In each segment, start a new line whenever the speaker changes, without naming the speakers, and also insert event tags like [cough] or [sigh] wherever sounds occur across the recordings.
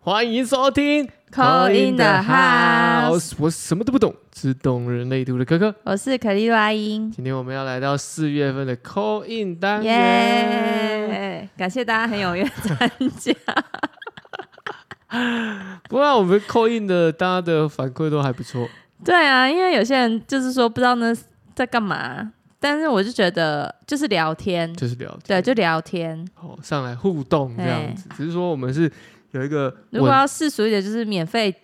欢迎收听
Call in the house
我什么都不懂，只懂人类图的哥哥。
我是可丽露阿英，
今天我们要来到四月份的 Call in 单元，
耶！感谢大家很踊跃参加， [laughs]
不然我们 Call in 的大家的反馈都还不错。
对啊，因为有些人就是说不知道呢在干嘛，但是我就觉得就是聊天，
就是聊
对，
天，
就聊天。
哦，上来互动这样子，只是说我们是有一个
如果
稳
要世俗一点，就是免费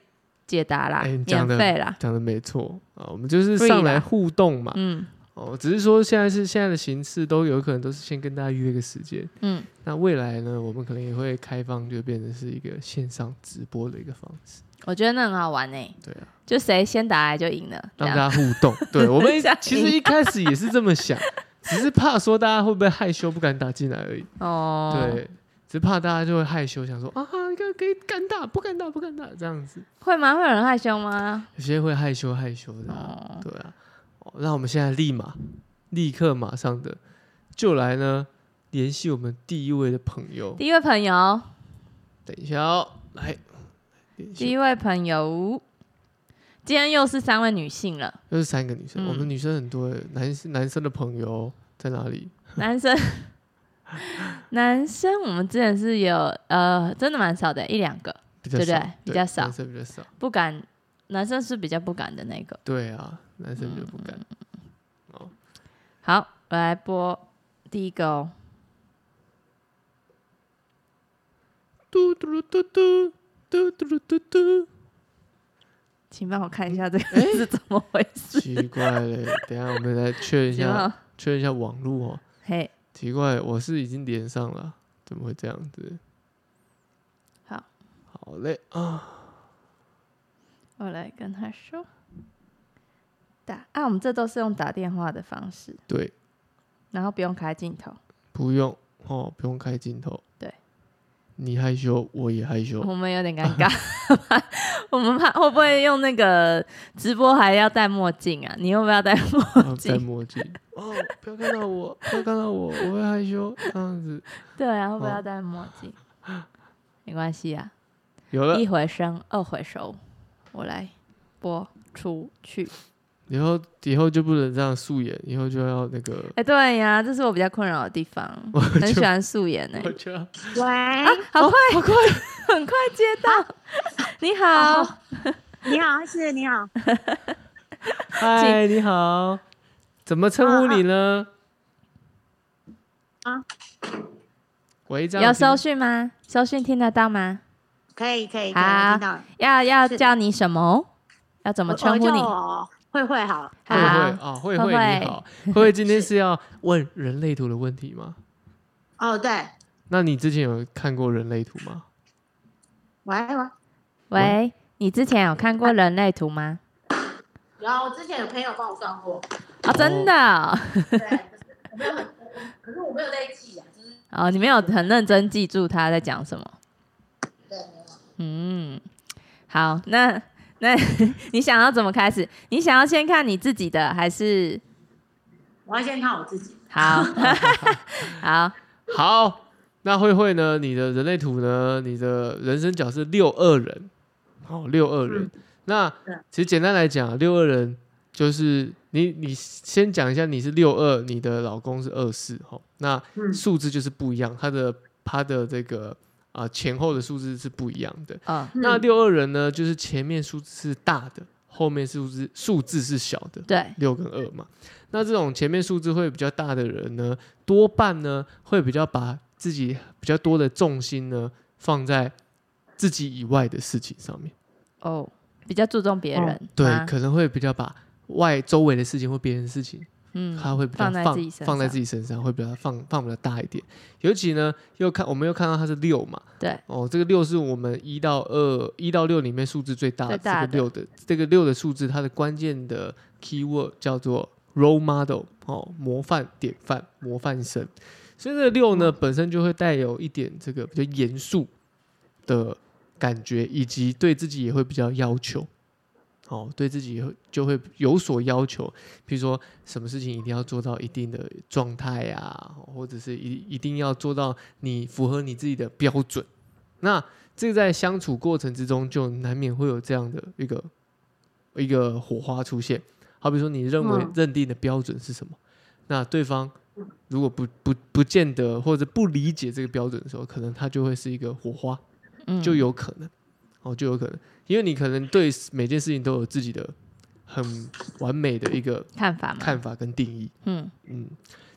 解答啦，
哎你讲
免
得
费啦，
讲的没错啊，我们就是
Free
上来
啦
互动嘛。
嗯
哦，只是说现在是现在的形式都有可能都是先跟大家约个时间，
嗯，
那未来呢，我们可能也会开放，就变成是一个线上直播的一个方式，
我觉得那很好玩呢、欸
对啊，
就谁先打来就赢了，这
让
样
大家互
[laughs]
动。对我们一
这样
其实一开始也是这么想， [laughs] 只是怕说大家会不会害羞不敢打进来而已。
哦，
对，只是怕大家就会害羞，想说啊，可可以敢打，不敢打，不敢打这样子。
会吗？会有人害羞吗？
有些会害羞害羞的、啊，
哦，
对啊。哦那我们现在立马、立刻、马上的就来呢，联系我们第一位的朋友。
第一位朋友，
等一下哦，来，联系
第一位朋友，今天又是三位女性
[laughs]
了。
又是三个女生，
嗯
我们女生很多耶，男男生的朋友在哪里？
男生，男生，我们之前是有呃，真的蛮少的，一两个，
比较
对不
少
对比较少
男生比较少。
不敢，男生是比较不敢的那个。
对啊，男生就不敢。
嗯好，我来播第一个哦，
嘟嘟噜嘟嘟嘟嘟噜嘟嘟，
请帮我看一下这个是怎么回事，
奇怪嘞！ [laughs] 等一下我们来确认一
请帮
下
我，
确认一下网络哦。
嘿，
奇怪，我是已经连上了，怎么会这样子？
好，
好嘞啊，
我来跟他说。打啊，我们这都是用打电话的方式，
对，
然后不用开镜头，
不用哦，不用开镜头。
对，
你害羞，我也害羞。
我们有点尴尬， [laughs] 我们怕会不会用那个直播还要戴墨镜啊？你会不会要戴
[laughs]
墨
啊
镜
戴墨镜。哦，不要看到
[laughs]
我，不要看到我，我会害羞。这样子
对啊，会不会
哦
要戴墨镜？没关系啊，
有了
一回生，二回熟。我来播出去。
以后，以后就不能这样素颜，以后就要那个。
哎、对呀、这是我比较困扰的地方，
[laughs] 我
很喜
就
欢素颜呢、
我就哦要
喂，
啊，好快，好快，很快接
啊
到。你
哦
好，
你好，是你好，
嗨，你好，怎么称呼你呢？
啊，
喂，这样
有
听
收讯吗？收讯听得到吗？
可以可以，可以
好
我听到了。
要要
是
叫你什么？要怎
怎
么称呼你？
慧慧好，
慧慧啊，慧慧
慧
你好，慧
[laughs]
慧今天是要问人类图的问题吗？
哦，对，
那你之前有看过人类图吗？
喂喂。
喂，你之前有
啊
看过人类图吗？
然后我之前有朋友帮我算过，
哦，
啊
真的哦，
对，可是我没有很，我我可是我没有在记啊，就是
哦你没有很认真记住他在讲什么。
对，没有
嗯，好，那那 [laughs] 你想要怎么开始？你想要先看你自己的，还是
我要先看我自己。
[laughs]
好好
好，那慧慧呢？你的人类图呢？你的人生角是六二人，哦，六二人。那
嗯对
其实简单来讲，六二人就是你，你先讲一下你是六二，你的老公是二四，哦，那
嗯
数字就是不一样，它的它的这个啊、呃前后的数字是不一样的。
哦，
那
嗯
六二人呢，就是前面数字是大的，后面数字数字是小的。
对，
六跟二嘛。那这种前面数字会比较大的人呢，多半呢会比较把自己比较多的重心呢放在自己以外的事情上面，
哦，比较注重别
哦
人，啊
对，
吗
可能会比较把外周围的事情或别人的事情，
嗯，
他会比较
放在
放
自己身
放在
上
自己身上，会比较放放比较大一点。尤其呢，又看我们又看到它是六嘛，
对，
哦，这个六是我们一到二、一到六里面数字最大的
最大
这
的
个六的这个六的数字，它的关键的 keyword 叫做 role model 哦，模范、典范、模范生。所以这个六呢，本身就会带有一点这个比较严肃的感觉，以及对自己也会比较要求。哦，对自己也会就会有所要求，比如说什么事情一定要做到一定的状态啊，或者是一一定要做到你符合你自己的标准。那这在相处过程之中，就难免会有这样的一个一个火花出现。好比说，你认为
嗯
认定的标准是什么？那对方如果不不不见得或者不理解这个标准的时候，可能他就会是一个火花。
嗯，
就有可能，哦，就有可能，因为你可能对每件事情都有自己的很完美的一个
看法嘛，
看法跟定义，
嗯，
嗯，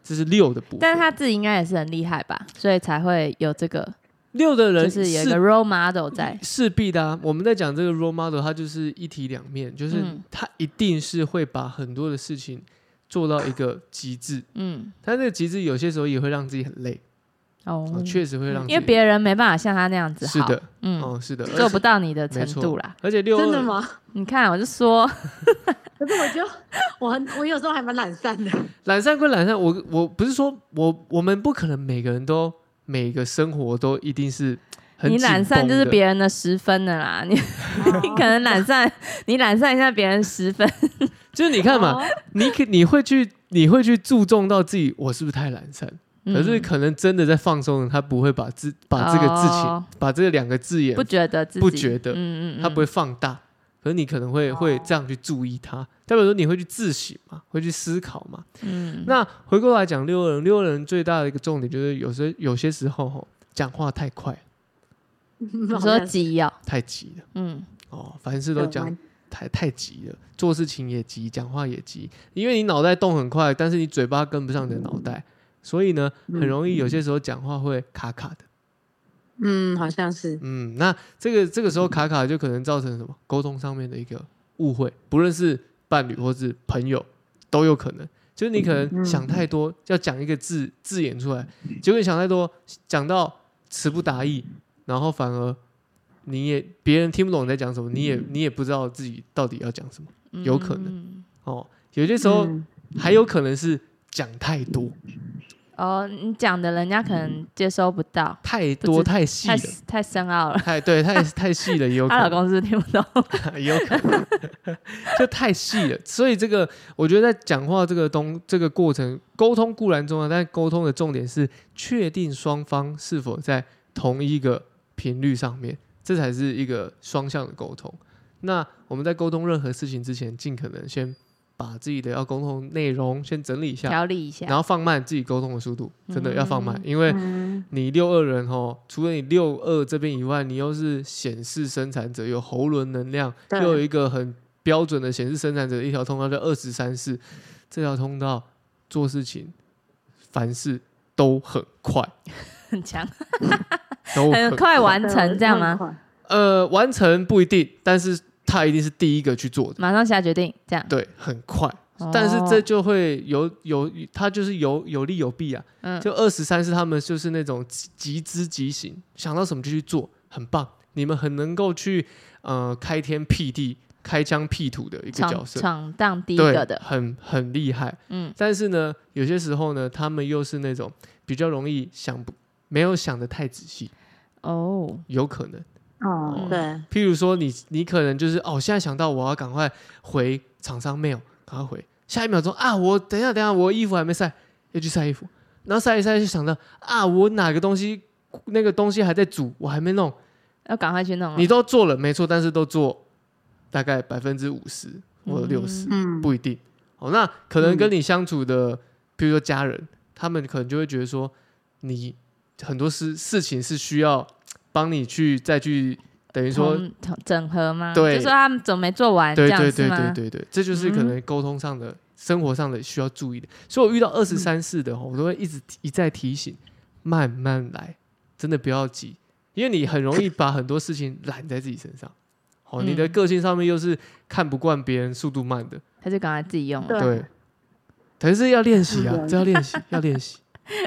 这是六的部分。
但是他自己应该也是很厉害吧，所以才会有这个，
六的人
就是有一个 role model 在，
势必的、啊，我们在讲这个 role model，它就是一体两面，就是
嗯
他一定是会把很多的事情做到一个极致，
嗯，
但这个极致有些时候也会让自己很累，
哦
哦，，确实会让自己
嗯因为别人没办法像他那样子
是
好，
的，
嗯，
哦，是的，
做
而
不
且
到你的程
没错
度啦。
而且六
真的
二
吗？
你看，我就说，
可是我就我很我有时候还蛮懒散的，
懒散归懒散，我我不是说我我们不可能每个人都每个生活都一定是很
你
紧绷
懒散就是
的哦
别人的十分的啦， [laughs] 你你可能懒散， [laughs] 你懒散一下别人十分，
就是你看嘛，
哦，
你可你会去你会去注重到自己我是不是太懒散， [laughs] 可是
嗯
可能真的在放松，他不会把自把这个事情、
哦
把这两个字眼
不觉得自
啊
己
不觉得
嗯嗯嗯，
他不会放大，可是你可能
哦
会会这样去注意它，代表说你会去自省嘛，会去思考嘛，
嗯，
那回过来讲六二人，六二人最大的一个重点就是有时有些时候吼讲话太快
你
你
说急哦，
太急了
嗯，
哦，凡事都讲太太急了，做事情也急，讲话也急，因为你脑袋动很快，但是你嘴巴跟不上你的脑袋，所以呢，很容易有些时候讲话会卡卡的。
嗯，好像是
嗯，那这个这个时候卡卡就可能造成什么沟通上面的一个误会，不论是伴侣或是朋友都有可能。就是你可能想太多，要讲一个字字眼出来，结果你想太多，讲到词不达意，然后反而你也别人听不懂你在讲什么，你也你也不知道自己到底要讲什么
嗯
有可能
能
哦。有些时候
嗯
还有可能是讲太多，
嗯哦，你讲的人家可能接收不到，
太
不
多
知
太细
太
了，
太深奥了，
太对
[laughs]
太太细了也嗯有可
她老
能。
公是不是听
[laughs]
不懂，
也有可能， [laughs] 就太细了。所以这个，我觉得在讲话这个东这个过程，沟通固然重要，但沟通的重点是确定双方是否在同一个频率上面，这才是一个双向的沟通。那我们在沟通任何事情之前，尽可能先把自己的要沟通内容先整理一下，
调理一下，
然后放慢自己沟通的速度，真的要放慢
嗯，
因为
嗯
你六二人哦，除了你六二这边以外，你又是显示生产者，有喉轮能量，
对
又有一个很标准的显示生产者的一条通道叫二十三式，这条通道做事情凡事都很快，
[laughs] 很强，
都
很
很
快 [laughs] 完成这样？
对我
吗？
就很
呃完成不一定，但是他一定是第一个去做的，
马上下决定这样，
对，很快。
哦
但是这就会有有，他就是有有利有弊啊。
嗯
就二十三是他们就是那种集集资即行，想到什么就去做，很棒。你们很能够去呃开天辟地、开疆辟土的一个角
闯
色，
闯荡第一
对
个的，
很很厉害。
嗯
但是呢，有些时候呢，他们又是那种比较容易想不没有想的太仔细，
哦，
有可能。
快哦，对，
譬如说你，你可能就是哦，现在想到我要赶快回厂商 mail，赶快回，下一秒钟啊，我等一下等一下，我衣服还没晒，要去晒衣服，然后晒一晒就想到啊，我哪个东西那个东西还在煮，我还没弄，
要赶快去弄啊了，
你都做了没错，但是都做大概百分之五十或者六十、
嗯，
不一定。哦，那可能跟你相处的，比如说家人，他们可能就会觉得说，你很多事事情是需要帮你去再去等于说
同同整合吗？
对
就说他们怎么没做完，这
对
样
对
是
对
吗
对？对对，这就是可
嗯
能沟通上的、生活上的需要注意的。所以我遇到二
嗯
十三四的吼，我都会一直提一再提醒，慢慢来，真的不要急，因为你很容易把很多事情揽在自己身上。哦，你的
嗯
个性上面又是看不惯别人速度慢的，
他就赶快自己用了，
对
对。可是要练习啊，
嗯
这要练习，要练
[laughs]
习。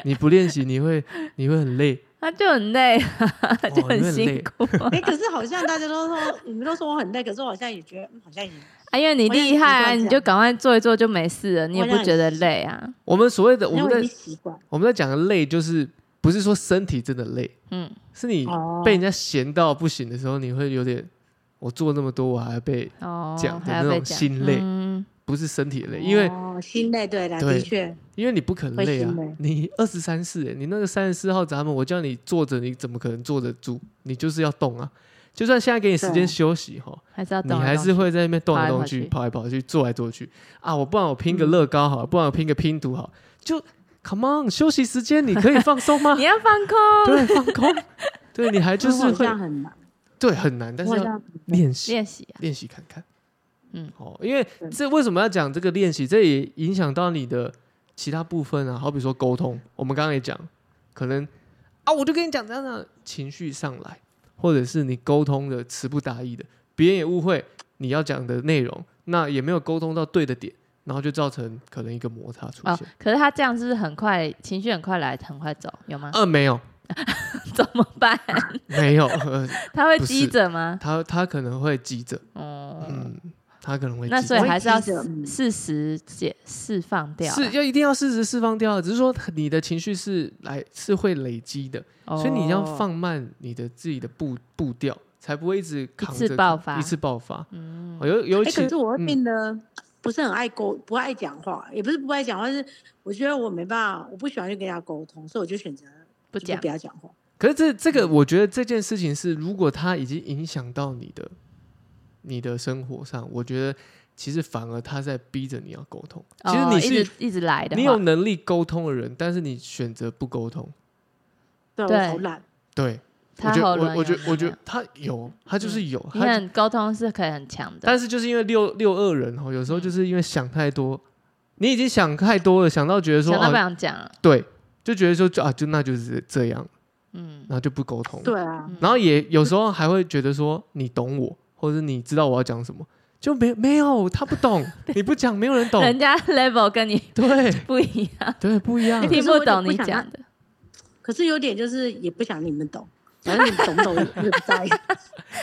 你不练习，你会你会很累，
他就很累，就
哦你会
很
很
辛
累。
[laughs]
苦
哎，可是好像大家都说，你们都说我很累，可是我好像也觉得，嗯好像也
啊，因为你
我也
厉害啊，
习惯这样
你就赶快做一做就没事了，你也
我
不
也
觉得
习
累啊。
我们所谓的我
因
们
为我已经
在
习惯
我们在讲的累，就是不是说身体真的累，
嗯，
是你
哦
被人家嫌到不行的时候，你会有点，我做那么多，我还被
哦
讲，的
还要
那
被
种
讲
心累
嗯，
不是身体的累，因为
哦，心累，对啦，
对
的确，
因为你不可能累啊
会心累，
你二十三四，你那个三十四号闸门，我叫你坐着，你怎么可能坐得住？你就是要动啊！就算现在给你时
对
间休息哈，
还是要
你
懂。
还是会在那边动来动去、
跑
跑来跑去、坐来坐去啊！我不然我拼
嗯
个乐高好了，不然我拼个拼图好，就 come on，休息时间你可以放松吗
[laughs]
你？要放空
对，放空，对，你还就
我
是
好
会
像很难，
对很难，但
我
是
好
要
像
练习
练习啊，
练习看看，
嗯，
哦，因为
嗯
这为什么要讲这个练习？这也影响到你的其他部分啊，好比说沟通，我们刚刚也讲，可能啊，我就跟你讲这样的情绪上来，或者是你沟通的词不达意的，别人也误会你要讲的内容，那也没有沟通到对的点，然后就造成可能一个摩擦出
哦
现。，
可是他这样就是很快，情绪很快来，很快走，有吗？ [laughs]
呃，没有，
怎么办？ [laughs]
没有，呃、
他会
不是
激着吗？
他他可能会急着，
哦、
嗯，他可能会
那
急
所以
着
还是要
我会记得嗯
适时解释放掉啊。
是要一定要适时释放掉的，只是说你的情绪是来是会累积的，所以你要
哦
放慢你的自己的步步调，才不会一直扛着
次爆发
一次爆发。
嗯
哦尤尤
哎、
其、
可是我会
嗯
变得不是很爱沟，不爱讲话，也不是不爱讲话，是我觉得我没办法，我不喜欢去跟人家沟通，所以我就选择
不
就
讲
不要讲话。
可是这这个，我觉得这件事情是，如果它已经影响到你的你的生活上，我觉得其实反而他在逼着你要沟通。其实
哦
你
一
是
直一直来的话，
你有能力沟通的人，但是你选择不沟通，
对，
对
我好懒，
对。我
他
觉
喉
得
轮
我我觉
有
得
没
我觉得
有
他有，他就是有，
你
他就
很沟通是可以很强的，
但是就是因为六六二人哦，有时候就是因为想太多，你已经想太多了，想到觉得说
嗯想到不
啊，
想讲了，
对，就觉得说就啊，就那就是这样，
嗯，
然后就不沟通。，
对啊，
嗯
然后也有时候还会觉得说你懂我，或者你知道我要讲什么，就没没有他不
[laughs]
懂，你不讲没有人懂，
人家 level 跟你 [laughs]
对
不一样，
对不一样
可是，
听不
我就
懂
不
你
想
讲的，
可是有点就是也不想你们懂，反正你们
[laughs]
懂不懂也也不在意。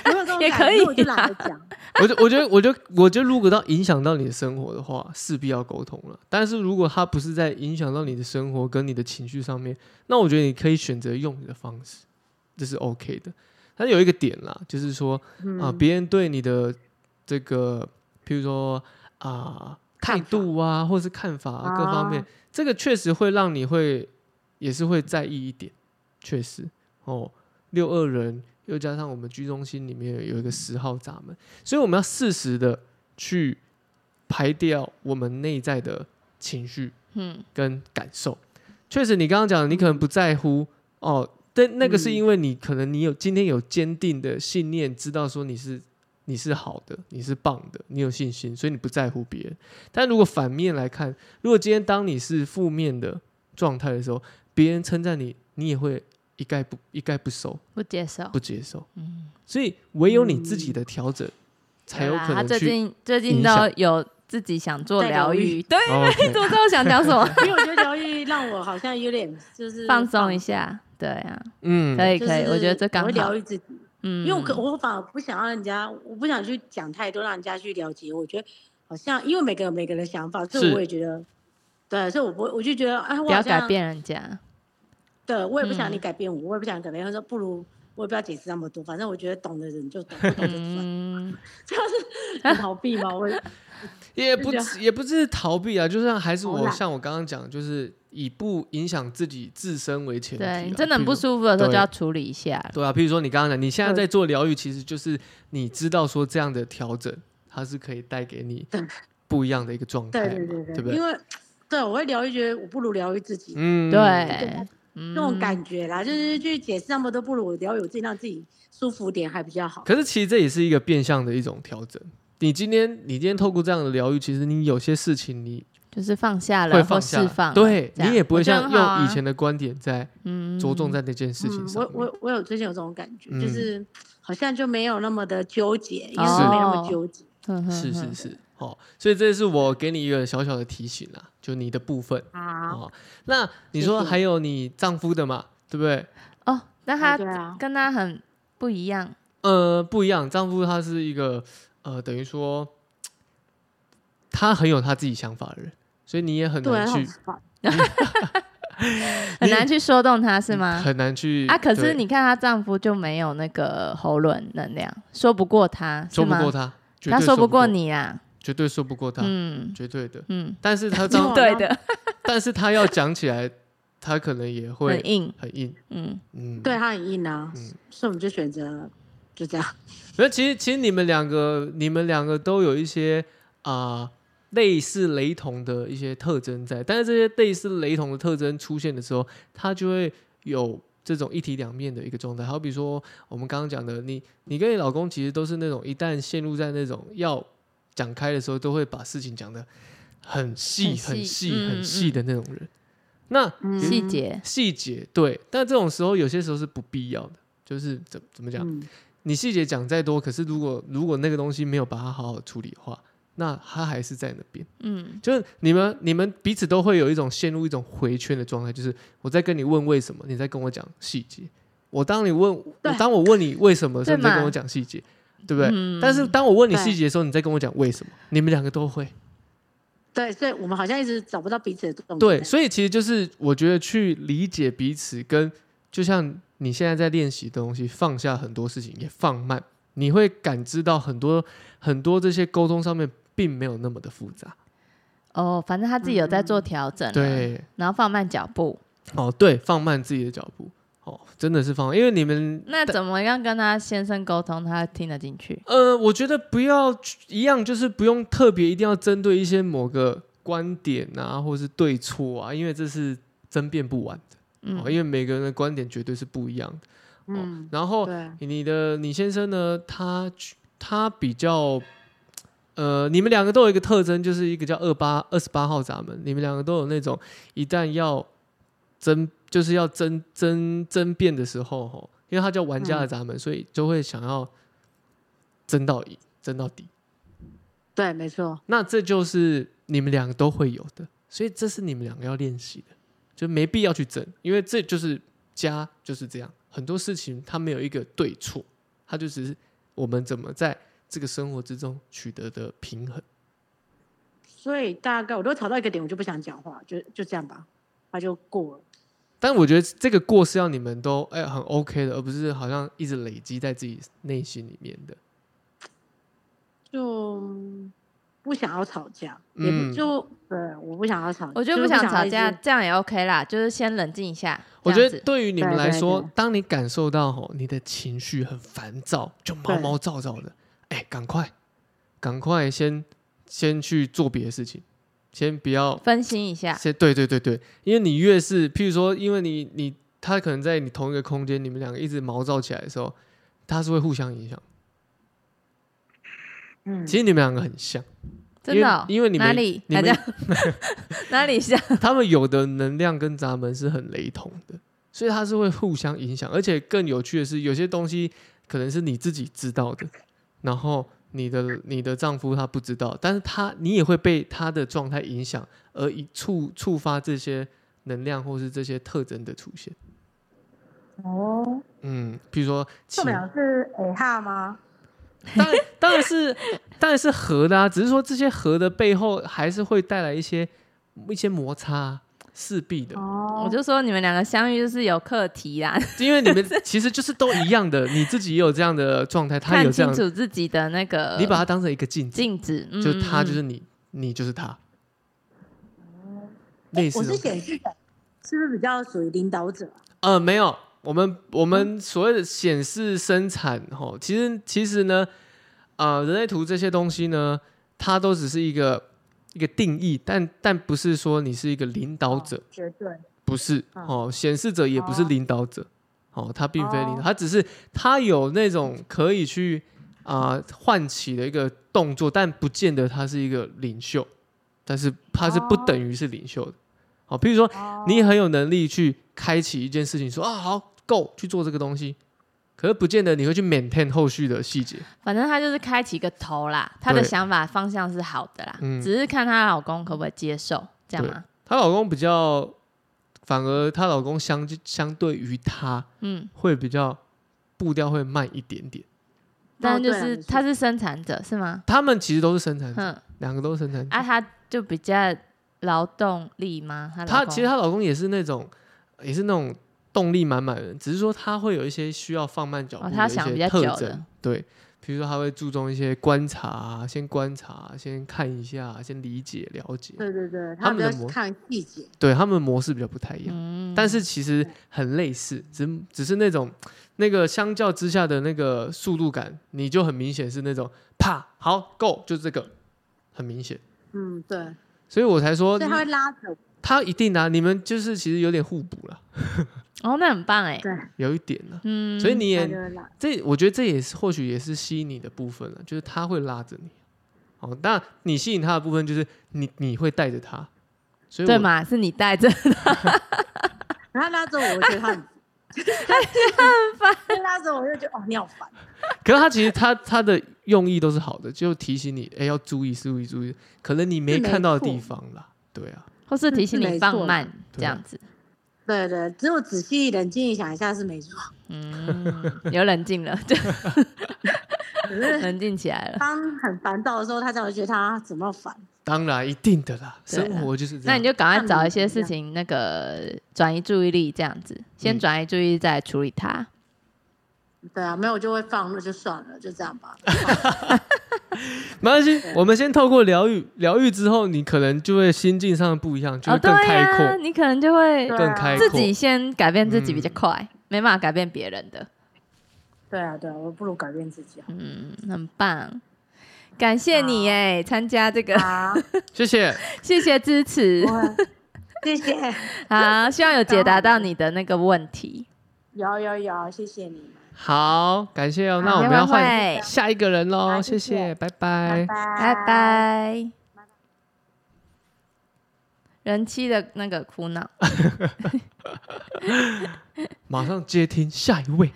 有没有这种
也
感
可
觉
以啊
我就懒得讲。
[laughs] 我就我觉得我就我觉得如果到影响到你的生活的话，势必要沟通了。但是如果他不是在影响到你的生活跟你的情绪上面，那我觉得你可以选择用你的方式，这是 OK 的。但有一个点啦，就是说
嗯
啊，
哦
别人对你的这个，譬如说啊态
看法
度啊，或是看法、啊、各方面
啊，
这个确实会让你会也是会在意一点，确实哦。六二人又加上我们居中心里面有一个十号闸门，所以我们要适时的去排掉我们内在的情绪
嗯，
跟感受。确实，你刚刚讲的，你可能不在乎哦，但那个是
嗯
因为你可能你有今天有坚定的信念，知道说你是你是好的，你是棒的，你有信心，所以你不在乎别人。但如果反面来看，如果今天当你是负面的状态的时候，别人称赞你，你也会一概不一概不收，
不接受，
不接受。
哦嗯，
所以唯有你自己的调整，才有
对啦
可
他
能
最
去。
近最近
影
都
响
有自己想做
在疗
疗
愈
愈， [laughs] 对，
哦 OK
做之后想讲
[laughs]
什么，
因为我觉得疗愈让我好像有点就是
放松一，下，对啊，
嗯，
可以
就
可以，我觉得
是
这刚
会
好
疗，愈自己。
嗯，
因为我可我反而不想让人家，我不想去讲太多，让人家去了解。我觉得好像因为每个人每个人的想法，所
是
以我也觉得，对，所以我不我就觉得，哎，我
不要
好
改
像，
变人家，
对我也不想你
嗯
改变我，我也不想改变。他说不如我也不要解释那么多，反正我觉得懂的人就懂，不懂就算。
嗯，
很逃避嘛，我
[laughs]
也不
就
也不是逃避啊，就像还是
好
我
懒
像我刚刚讲，就是以不影响自己自身为前提啊。
对你真的很
譬如
不舒服的时候就
对
要处理一下了，
对啊，譬如说你刚刚讲，你现在
对
在做疗愈，其实就是你知道说这样的调整，它是可以带给你
对
不一样的一个状态
对
哎
嘛，
对对
不
因
对？
为对我会疗愈，觉得我不如疗愈自己、
嗯，
对，嗯那
那种感觉啦，就是去解释那么多，不如我疗愈我自己，让自己舒服点还比较好。
可是其实这也是一个变相的一种调整。你今天，你今天透过这样的疗愈，其实你有些事情你
就是放下了
会放
或
下
释
来，
放了，
对
这样
你也不会
我觉得
像
很好啊
用以前的观点在
嗯
着重在那件事情
嗯、
上
我
面。
我我有最近有这种感觉，
嗯哦
就是好像就没有那么的纠结，因为
是
没那么纠结。
哼哼
是是
哼
是，哦，所以这是我给你一个小小的提醒啦，就你的部分
啊，
哦。那你
谢
说
谢
还有你丈夫的嘛，对不对？
哦，那
对啊
他跟他很不一样，
呃，不一样，丈夫他是一个呃，等于说他很有他自己想法的人，所以你也很
对，
难
啊
好
去嗯
烦。
很难去说动他是吗？
很难去
啊，可是
对
你看她丈夫就没有那个喉轮能量，说不过她，
说
是
不
吗
过他，绝
她
对
说
不
不过，你啊，
绝对说不过他，
嗯
绝对的。
嗯，
但是
[laughs]
他
就
当，
对的，
但是他要讲起来，他可能也会
很硬，
很硬。
嗯，
嗯，
对。他很硬啊，
嗯
所以我们就选择就这样。
那其实其实你们两个，你们两个都有一些啊、类似雷同的一些特征在，但是这些类似雷同的特征出现的时候，它就会有这种一体两面的一个状态。好比说我们刚刚讲的，你你跟你老公其实都是那种一旦陷入在那种要讲开的时候，都会把事情讲的很细、
很
很
细
细、
嗯
很细的那种人。那
[laughs] 嗯
细节，
细节对，但这种时候有些时候是不必要的，就是怎怎么讲？
嗯，
你细节讲再多，可是如果如果那个东西没有把它好好处理的话，那它还是在那边。
嗯
就是你们你们彼此都会有一种陷入一种回圈的状态，就是我在跟你问为什么，你在跟我讲细节。我当你问，我
对
当我问你为什么的时候，
对
你
嘛
在跟我讲细节，对不对？
嗯
但是当我问你
对
细节的时候，你在跟我讲为什么，你们两个都会。
对，所以我们好像一直找不到彼此的重
对，
点。
所以其实就是我觉得去理解彼此跟，就像你现在在练习的东西，放下很多事情，也放慢，你会感知到很多很多这些沟通上面并没有那么的复杂。
哦，反正他自己有在做调整，，
嗯
啊
对，
然后放慢脚步。
哦，对，放慢自己的脚步，哦，真的是放慢，因为你们
那怎么样跟他先生沟通，他听得进去？
呃，我觉得不要去一样，就是不用特别一定要针对一些某个观点啊，或是对错啊，因为这是争辩不完的、
嗯
哦，因为每个人的观点绝对是不一样的。哦
嗯，
然后
对，
你的你先生呢，他他比较，呃，你们两个都有一个特征，就是一个叫二八二十八号闸门，你们两个都有那种一旦要争，就是要争争争辩的时候，吼，因为他叫玩家的闸门，所以就会想要争到赢，争到底。
对，没错，
那这就是你们两个都会有的，所以这是你们两个要练习的，就没必要去争，因为这就是家就是这样，很多事情它没有一个对错，它就只是我们怎么在这个生活之中取得的平衡。
所以大概我都吵到一个点，我就不想讲话，就就这样吧，他就过了。
但我觉得这个过是要你们都哎、很 OK 的，而不是好像一直累积在自己内心里面的。
就不想要吵架，也
嗯
不就对，我不想要吵，
我觉得
就是
不
不
想吵
要一
架，
直。
这样也 OK 啦，就是先冷静一下。
我
这
觉
样
得
子
对于你们
对
来
对
说
对，
当你感受到吼你的情绪很烦躁，就毛
对
毛躁躁的，哎，赶快，赶快先先去做别的事情，先不要
分心一下，
先对对对对，因为你越是，譬如说，因为你你他可能在你同一个空间，你们两个一直毛躁起来的时候，他是会互相影响。
嗯，
其实你们两个很像，
真的哦、
因为因为你们
哪里
你
哪
们
家 [laughs] 哪
[laughs]
里像？
他们有的能量跟闸门是很雷同的，所以它是会互相影响。而且更有趣的是，有些东西可能是你自己知道的，然后你的你的丈夫他不知道，但是他你也会被他的状态影响，而一触触发这些能量或是这些特征的出现。
哦，
嗯，比如说情
受不了是 A 哈吗？
当然当然是 [laughs] 当然是合的啊，只是说这些合的背后还是会带来一些一些摩擦啊，势必的。
哦，
我就说你们两个相遇就是有课题啊啦，
因为你们其实就是都一样的，你自己也有这样的状态，
[laughs]
他也
看
有这
清
样，
楚自己的那个，
你把它当成一个镜子，
镜子，嗯、
就是他
嗯
就是你，你就是他，类似
哎我
这
是
种。
显示者，是不是比较属于领导者？
呃，没有，我们我们所谓的显示生产吼，其实其实呢，啊，人类图这些东西呢，它都只是一个一个定义，但但不是说你是一个领导者，
绝对。
不是
嗯
哦，显示者也不是
哦
领导者，哦，他并非领导，
哦
他只是他有那种可以去啊、唤起的一个动作，但不见得他是一个领袖，但是他是不
哦
等于是领袖的。哦，比如说
哦
你很有能力去开启一件事情，说啊好够去做这个东西，可是不见得你会去 maintain 后续的细节。
反正他就是开启一个头啦，他的
对
想法方向是好的啦，
嗯
只是看她老公可不可以接受，这样啊
对
吗？
她老公比较，反而她老公相相对于她
嗯，
会比较步调会慢一点点。哦
但就
对啊
是
没错
他是生产者是吗？
他们其实都是生产者，
嗯，
两个都是生产者。
啊，他就比较劳动力吗？他
她
啊老公
其实她老公也是那种，也是那种动力满满的人，只是说他会有一些需要放慢脚步
哦
的
他
一
想比
些
较
特
久
征。
的
对，比如说他会注重一些观察啊，先观察，先看一下，先理解了解。
对对对，
他
们
们的
比较
模
看细节，
对他们的模式比较不太一样。
嗯，
但是其实很类似，只只是那种那个相较之下的那个速度感，你就很明显是那种啪好 go 就这个，很明显，
嗯，对，
所以我才说
所以他会拉扯，
他一定啊，你们就是其实有点互补了，
哦，那很棒哎，
对，
有一点呢、
嗯，
所以你
他
也
就会拉，
这我觉得这也是或许也是吸引你的部分了，就是他会拉着你，哦，那你吸引他的部分就是你你会带着他，所以
对
我
嘛，是你带着， [laughs]
然后他拉着我，我觉得他很。他很烦，拉着我就觉得哦，你好烦。
可是他其实他他的用意都是好的，就提醒你，哎、要注意，注意，注意，可能你没
是没
看到的
错
地方啦，对啊，
或是提醒
是
你
没
放
错啦
慢这
对啊
样子，
对对，只有仔细冷静想一下是没错。
嗯，有冷静了， [laughs] 就
可是
冷静起来
[laughs]
了。
当很烦躁的时候，他才会觉得他怎么烦。
当然一定的啦，
对啊
生活就是这样。
那你就赶快
像
找
你
一些
一
事
样
情，那个转移注意力，这样子，先
嗯
转移注意力，再处理它。
对啊，没有就会放了，就算了，就这样吧。
没关系，
[laughs]
我们先透过疗愈，疗愈之后，你可能就会心境上的不一样，就
哦，
会
对
更开阔，
呀，你可能就会
对
更
啊
开阔。
自己先改变自己比较
嗯
快，没办法改变别人的。
对啊，对啊，我不如改变自己好。
嗯，很棒，感谢你
好
哎，参加这个，
好， [laughs]
谢谢，
谢谢支持
不。会谢谢，
好，希望有解答
好
到你的那个问题。
有有有，谢谢你们，
好，感谢哦。那
好
我们要
拜拜
换下一个人喽，
好
谢
谢谢
谢，拜
拜
拜。
拜
拜。
拜。人妻的那个苦恼，
马上接听下一位，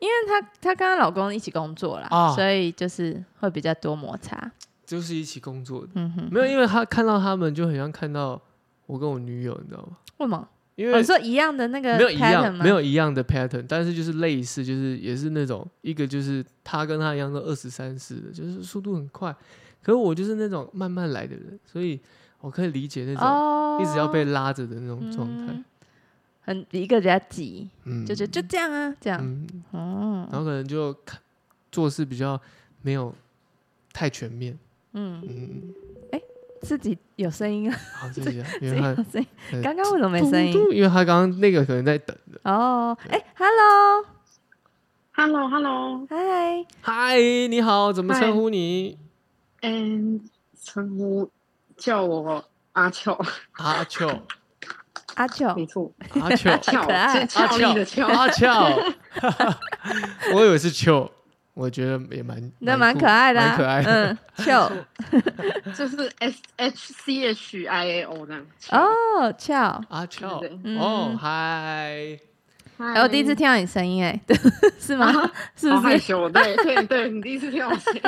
因为她她跟她老公一起工作啦，
啊
所以就是会比较多摩擦。
就是一起工作的，
嗯哼，
没有，因为他看到他们就很像看到我跟我女友，你知道吗？
为什么？
因
我、
为
说一样的那个
没有一
哦 pattern
样，
吗
没有一样的 pattern，但是就是类似，就是也是那种一个就是他跟他一样都二十三四的，就是速度很快，可是我就是那种慢慢来的人，所以我可以理解那种
哦，
一直要被拉着的那种状态
嗯。很一个比较急，
嗯，
就觉得就这样啊，这样、
嗯，然
哦，
后可能就看做事比较没有太全面。
嗯，
嗯，
自己有声音啊，
好，谢谢，因为
自己有
他
声音，
[laughs] 对
刚刚为什么没声音？
因为他刚刚那个可能在等的。
哦，
嗯
哎、h e l l o
Hello Hello，
嗨，
嗨，你好，怎么
嗨
称呼你？
嗯，称呼叫我阿俏，
阿俏，
阿九，
没错，
阿俏。
俏
可爱哦
是俏丽的俏，
阿俏， [laughs] 我以为是秋，我觉得也蛮，
那
蛮
蛮
酷
可爱的、啊，
蛮可爱的。
嗯，
[laughs]
俏，
[laughs] 就是 S H C H I A O 这样。
哦，俏，
阿俏
对对，
对
哦
嗯，
嗨，
嗨，啊哦
哎、我第一次听到你声音、哎，对， [laughs] 是吗？ [laughs] 是
好
不
害
是？
羞，对对对，你第一次听我声音，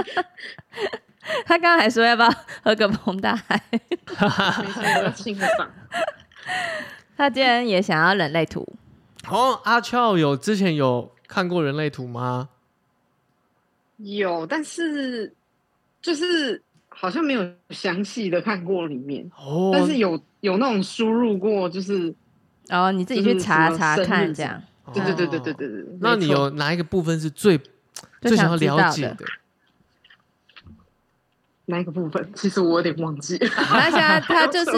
他刚刚还说要不要喝个膨大海， [laughs]
没事，我欣赏。
他今天也想要人类图，
哦，阿俏有之前有看过人类图吗？
有，但是就是好像没有详细的看过里面，
哦，
但是有有那种输入过，就是
然后哦你自己
就
去
是
查
什么
查
生
看，
日
这
什么
样。
哦
对对对对对对对。
那
没
你
错
有哪一个部分是最最
最
想
想
要
知
了
道
解
的
的？
哪一个部分？其实我有点忘记了。
马来西
[laughs]
亚啊他就是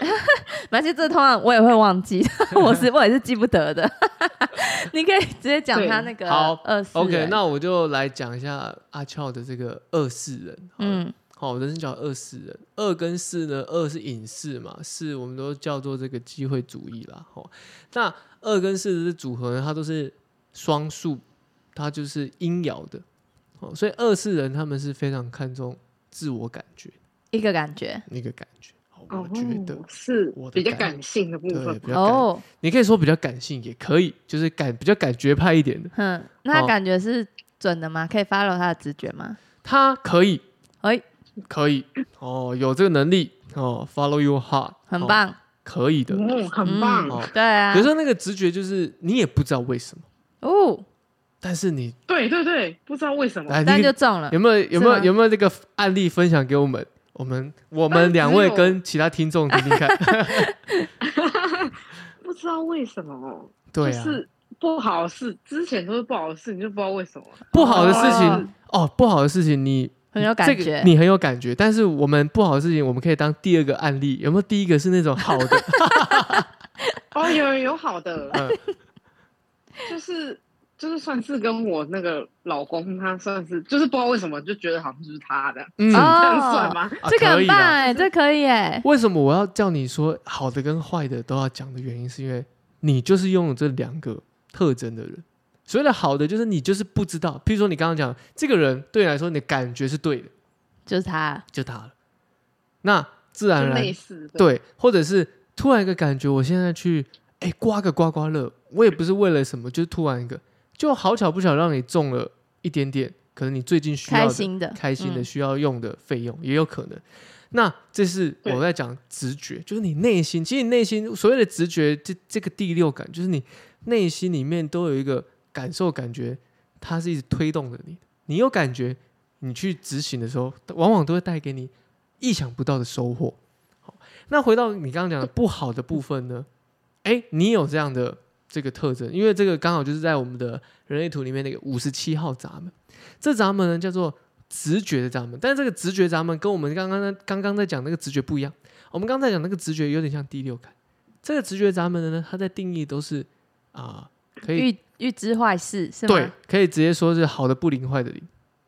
[laughs] 马来西亚，这通常我也会忘记， [laughs] 我
[laughs]
是我也是记不得的。 [laughs] 你可以直接讲他那个
好
二四哎人。
OK，那我就来讲一下阿俏的这个二四人。嗯，
嗯
好，我人生叫二四人，二跟四呢，二是隐士嘛，四我们都叫做这个机会主义啦。好，那二跟四的组合呢，它都是双数，它就是阴爻的。哦，所以二四人他们是非常看重自我感觉
一个感觉
那个感觉。好 [laughs] 我觉得、
哦、是
我的
比较
感
感性的部
对，
分
比较感
哦，
你可以说比较感性也可以，就是感比较感觉派一点的，
哼，那
哦
他感觉是准的吗？可以 follow 他的直觉吗？
他可以
哎，
可以哦，有这个能力哦，follow your heart，
很
哦，
棒，
可以的。
哦，很
嗯
棒，
哦
对啊
有，时候那个直觉就是你也不知道为什么，
哦，
但是你
对对对，不知道为什么，
来，
但
哎你
就中了
有，没有有没
是
有
吗
有没有这个案例分享给我们？我们我
当
们
然
两
只
位
有
跟其他听
[laughs]
众听听看，
不知道为什么，哦
对
就
啊，
是不好的事，之前都是不好的事，你就不知道为什么。
不好的事情
哦
哦不好的事情你
很有感
这个
觉
你很有感觉。但是我们不好的事情，我们可以当第二个案例，有没有？第一个是那种好
[laughs]
的，
哦，有有好的，
嗯
[laughs] 就是就是算是跟我那个老公，他算是就是不知道为什么就觉得好像就是他的，
嗯，
哦
这样算吗？
啊
这个
可
很
以啦
棒哎，这可以哎，
为什么我要叫你说好的跟坏的都要讲的原因，是因为你就是拥有这两个特征的人。所谓的好的，就是你就是不知道，譬如说你刚刚讲这个人对你来说，你的感觉是对的，
就是他，
就他了。那自然而
就
然
类似的，
对，或者是突然一个感觉，我现在去哎刮个刮刮乐，我也不是为了什么，就是突然一个，就好巧不巧让你中了一点点，可能你最近需要
开
的
心的，
开心的
嗯，
需要用的费用，也有可能。那这是
对
我在讲直觉，就是你内心，其实你内心所谓的直觉，这这个第六感，就是你内心里面都有一个感受，感觉它是一直推动着你。你有感觉，你去执行的时候，往往都会带给你意想不到的收获。好，那回到你刚刚讲的不好的部分呢？哎，你有这样的这个特征，因为这个刚好就是在我们的人类图里面那个五十七号闸门，这闸门呢叫做直觉的闸门，但是这个直觉闸门跟我们刚刚在刚刚在讲那个直觉不一样。我们刚才讲那个直觉有点像第六感，这个直觉闸门的呢，它在定义都是啊、可以
预预知坏事是吗？
对，可以直接说是好的不灵，坏的灵。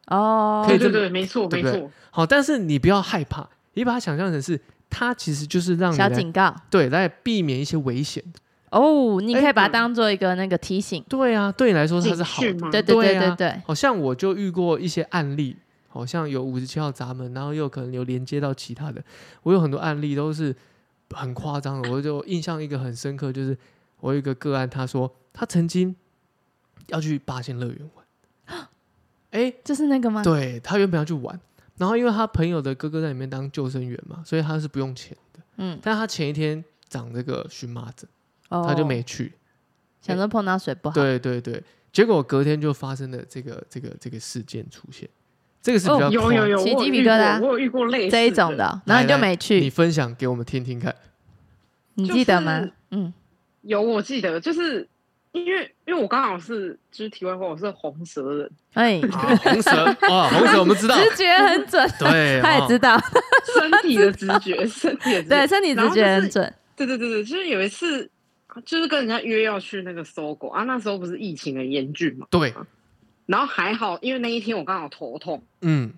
哦，
可以
对
这
对
么
对，没错
对
没
不对
错，
好，但是你不要害怕，你把它想象成是它其实就是让你
小
来
警告
对来避免一些危险。
哦，你
哎
可以把它
嗯
当做一个那个提醒，
对啊，对你来说它是
警
好
讯
的。
吗？
对对对
对啊
对对，
好像我就遇过一些案例，好像有五十七号闸门，然后又可能有连接到其他的。我有很多案例都是很夸张的，我就印象一个很深刻，就是我有一个个案，他说他曾经要去八仙乐园玩，哎、
就是那个吗？
对他原本要去玩，然后因为他朋友的哥哥在里面当救生员嘛，所以他是不用钱的。
嗯，
但他前一天长这个荨麻疹，
哦，
他就没去。
想说碰到水不好，
对对对，结果隔天就发生了这个这个这个事件出现，这个是比较
哦
有
夸
有有，
起
我
鸡
有
皮
遇
疙
过
瘩
我有遇过类似
这一种的，哦，然后你就
来来
没
你
去，
分享给我们听听看。
你记得
就
吗
是？
嗯，
有我记得，就是因为因为我刚好是就是题外话，我是红蛇人，
哎，
啊红蛇 [laughs] 啊，红蛇我们知道，
直觉很准，
对，
[laughs] 他也
哦
知道，
身体的直觉，身体的直觉
对，身体直觉很准，
对对对对，就是有一次，就是跟人家约要去那个搜狗啊，那时候不是疫情很严峻嘛，
对，
然后还好，因为那一天我刚好头痛，
嗯，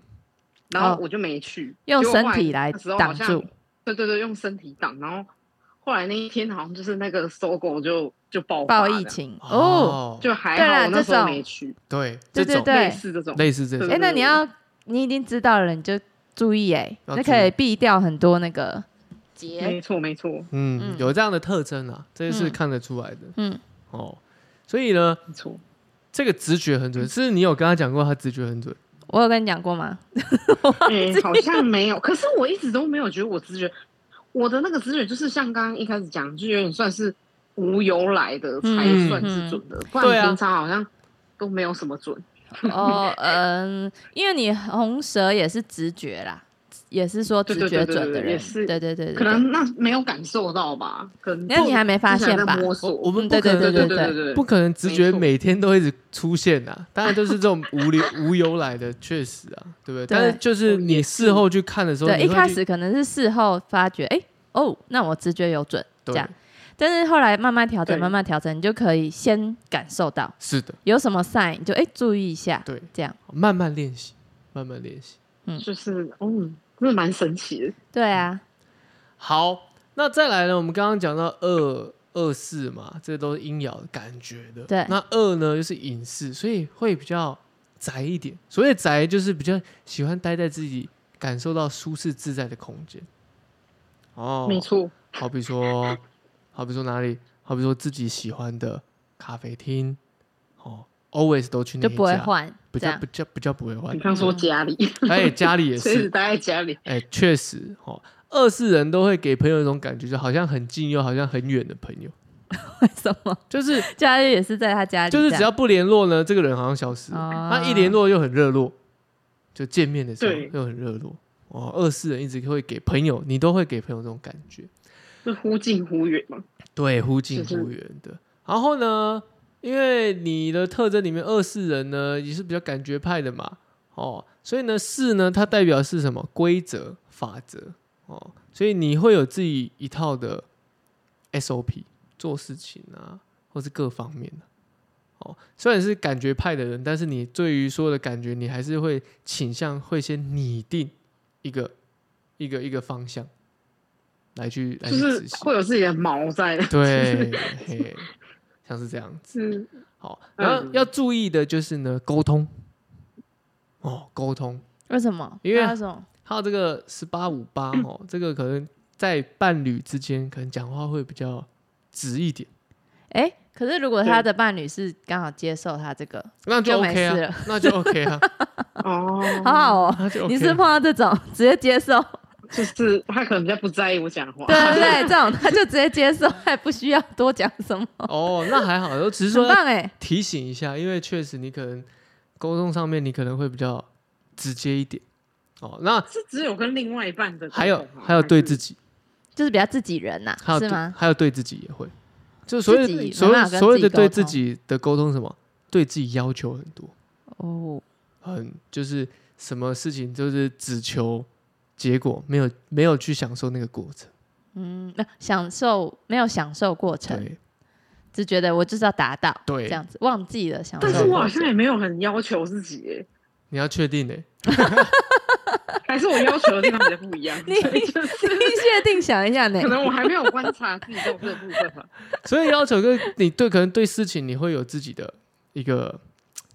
然后
哦
我就没去，
用
结果后
身体来
那时候
挡
好像
住，
对对对，用身体挡，然后后来那一天好像就是那个搜狗就就爆发
报
了
疫，情哦，
哦，
就还
对啦
好，我那时
这
候
种
没去，
对，这
对对
种
对
类似这种，
类似这种
对
哎，那你
对
要你已经知道了，你就注意哎，
要
那
注意
可以避掉很多那个结，
没错没错
嗯，
嗯
有这样的特征啊，这是
嗯
看得出来的
嗯，
哦。所以呢，
没错，
这个直觉
嗯
很准，是你有跟他讲过，他直觉很准。
我有跟你讲过吗？ [laughs]
哎，好像没有，可是我一直都没有觉得我直觉，我的那个直觉就是像刚刚一开始讲，就有点算是无由来的
嗯
才算是准的，不
对啊
然平常好像都没有什么准。
哦，嗯，因为你红蛇也是直觉啦，也是说直觉准的
对对对对对对也
人，
是
对对对，
可能那没有感受到吧，可能
那你还没发
之前
现
在
吧？
摸索，
我们
对
不可
对
能
对
对
对对，
不可能直觉
没错
每天都一直出现
[laughs]
啊，当然都是这种无理 [laughs] 无由来的，确实啊，对不对？但是就是你事后去看的时候，
对，
你
一
会
开
去
始可能是事后发觉，哎、哦，那我直觉有准，
对
这样但是后来慢慢调整，
对
慢慢调整，你就可以先感受到
是的，
有什么 sign，你就哎、诶注意一下，
对，
这样，
慢慢练习，慢慢练习。
就是嗯，真的蛮神奇的。
对啊，
好，那再来呢？我们刚刚讲到二二四嘛，这都是阴爻感觉的。
对
那二呢又是隐士，所以会比较宅一点。所谓宅，就是比较喜欢待在自己感受到舒适自在的空间。哦，
没错，
好比说，好比说哪里？好比说自己喜欢的咖啡厅，哦，always 都去那
就
一
不会
家，
换，
比
这
较
样
比，较比较不会换
你。刚
嗯
说家里，
哎，家
[laughs]
里也
所以一
是
直，待在家里，
哎，确实，哦，二世人都会给朋友一种感觉，就好像很近又好像很远的朋友，
为 [laughs] 什么？
就是
假日也是在他家里这
就
样，
是只要不联络呢，这个人好像消失了；
哦
他一联络又很热络，就见面的时候
对
又很热络。哦，二世人一直会给朋友，你都会给朋友这种感觉。
就忽近忽远嘛。
对，忽近
嗯是是
忽远的。然后呢，因为你的特征里面二四人呢也是比较感觉派的嘛，哦，所以呢四呢它代表的是什么规则法则哦，所以你会有自己一套的 SOP 做事情啊，或是各方面的、哦，虽然是感觉派的人，但是你对于所有的感觉，你还是会倾向会先拟定一个一个一个方向来去来
就
去
是
执行。
会有自己的毛在
[laughs]
[laughs] 的，
对，嘿，像是这样子。
是
好，然后
嗯
要注意的就是呢，沟通。哦，沟通，
为什么？
因为
他什么？
还有这个十八五八哦，这个可能在伴侣之间，可能讲话会比较直一点，
哎、可是如果他的伴侣是刚好接受他这个，
那就
就没
OK
事
啊
了，
那就 OK 啊，
哦，
好好哦、
那就 OK 啊。
[laughs] 你是碰到这种直接接受，
就是他可能比较不在意我讲话，
对对对，这种他就直接接受，还不需要多讲什么，
哦，那还好，我只是
很
[laughs] 说
棒哎。
提醒一下，因为确实你可能沟通上面你可能会比较直接一点。哦，那
是只有跟另外一半的沟通吗，
还有还有对自
己
己，
就是比较自己人呐、
还有
是
对
吗？
还有对自己也会，就所谓
自己
的所谓
没办法跟
所谓
自
的
己
对
沟
自
通
己的沟通是什么，对自己要求很多，
哦，
很就是什么事情就是只求结果，没有没有去享受那个过程。
嗯，没有享受没有享受过程，
对
只觉得我就是要达到，
对
这样子忘记了享受
但
过 [laughs]
是
程。
我好像也没有很要求自己耶，
你要确定嘞，
还是我要求的地方比较不一样，
[laughs] 你
所以就是
你确定想一下呢
[laughs]
可？能我还没有观察自己在这个部分
[laughs]
吧。
所以要求跟你对可能对事情你会有自己的一个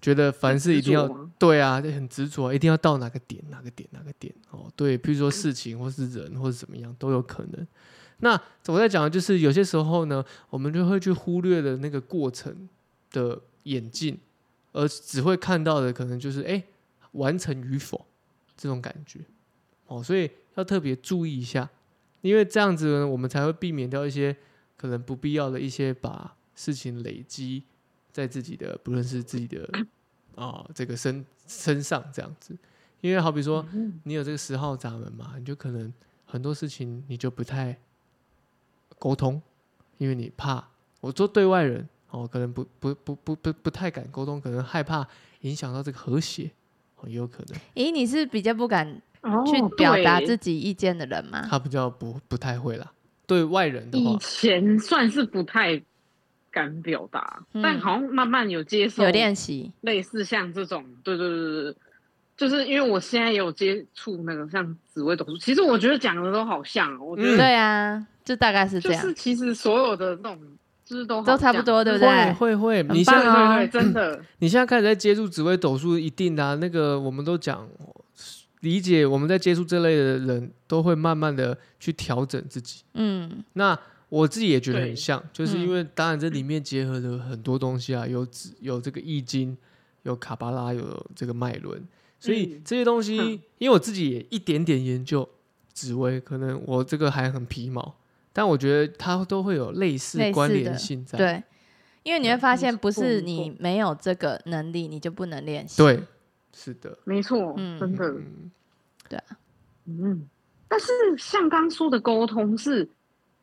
觉得凡事一定要
很执着吗
对啊，就很执着啊，一定要到哪个点哪个点哪个点哦，对，比如说事情或是人或是怎么样都有可能。那我在讲的就是有些时候呢，我们就会去忽略了那个过程的演进，而只会看到的可能就是哎、诶完成与否这种感觉哦，所以要特别注意一下，因为这样子呢，我们才会避免掉一些可能不必要的一些把事情累积在自己的，不论是自己的
[coughs]
啊、这个身身上这样子。因为好比说，
嗯
你有这个十号闸门嘛，你就可能很多事情你就不太沟通，因为你怕我做对外人哦，可能不不不不不不太敢沟通，可能害怕影响到这个和谐，哦，也有可能
咦，你是比较不敢
哦
去表达
对
自己意见的人吗？
他比较不不太会啦。对外人的
嗯
以
话，
前算是不太敢表达，
嗯
但好像慢慢有接受，
有练习，
类似像这种，对对对对对，就是因为我现在也有接触那个像紫微斗数，其实我觉得讲的都好像哦，我觉
嗯
得
对啊，就大概是这
就
样
是，其实所有的那种就是都好
都差不
像
多，对不
会
对？
会会，
很
你
棒
像
对
啊
对对，真的，
你现在开始在接触紫微斗数，一定的、啊、那个我们都讲理解，我们在接触这类的人都会慢慢的去调整自己。
嗯，
那我自己也觉得
对
很像，就是因为当然这里面结合了很多东西啊，有紫有这个易经，有卡巴拉，有这个脉轮，所以
嗯
这些东西，
嗯
因为我自己也一点点研究紫薇，可能我这个还很皮毛，但我觉得它都会有类似
类似
关
的
联性在。
对，因为你会发现，不是
嗯
你没有这个能力，你就不能练习。，
对，是的，
没错，
嗯
真的，
嗯。
嗯。但是像刚说的沟通是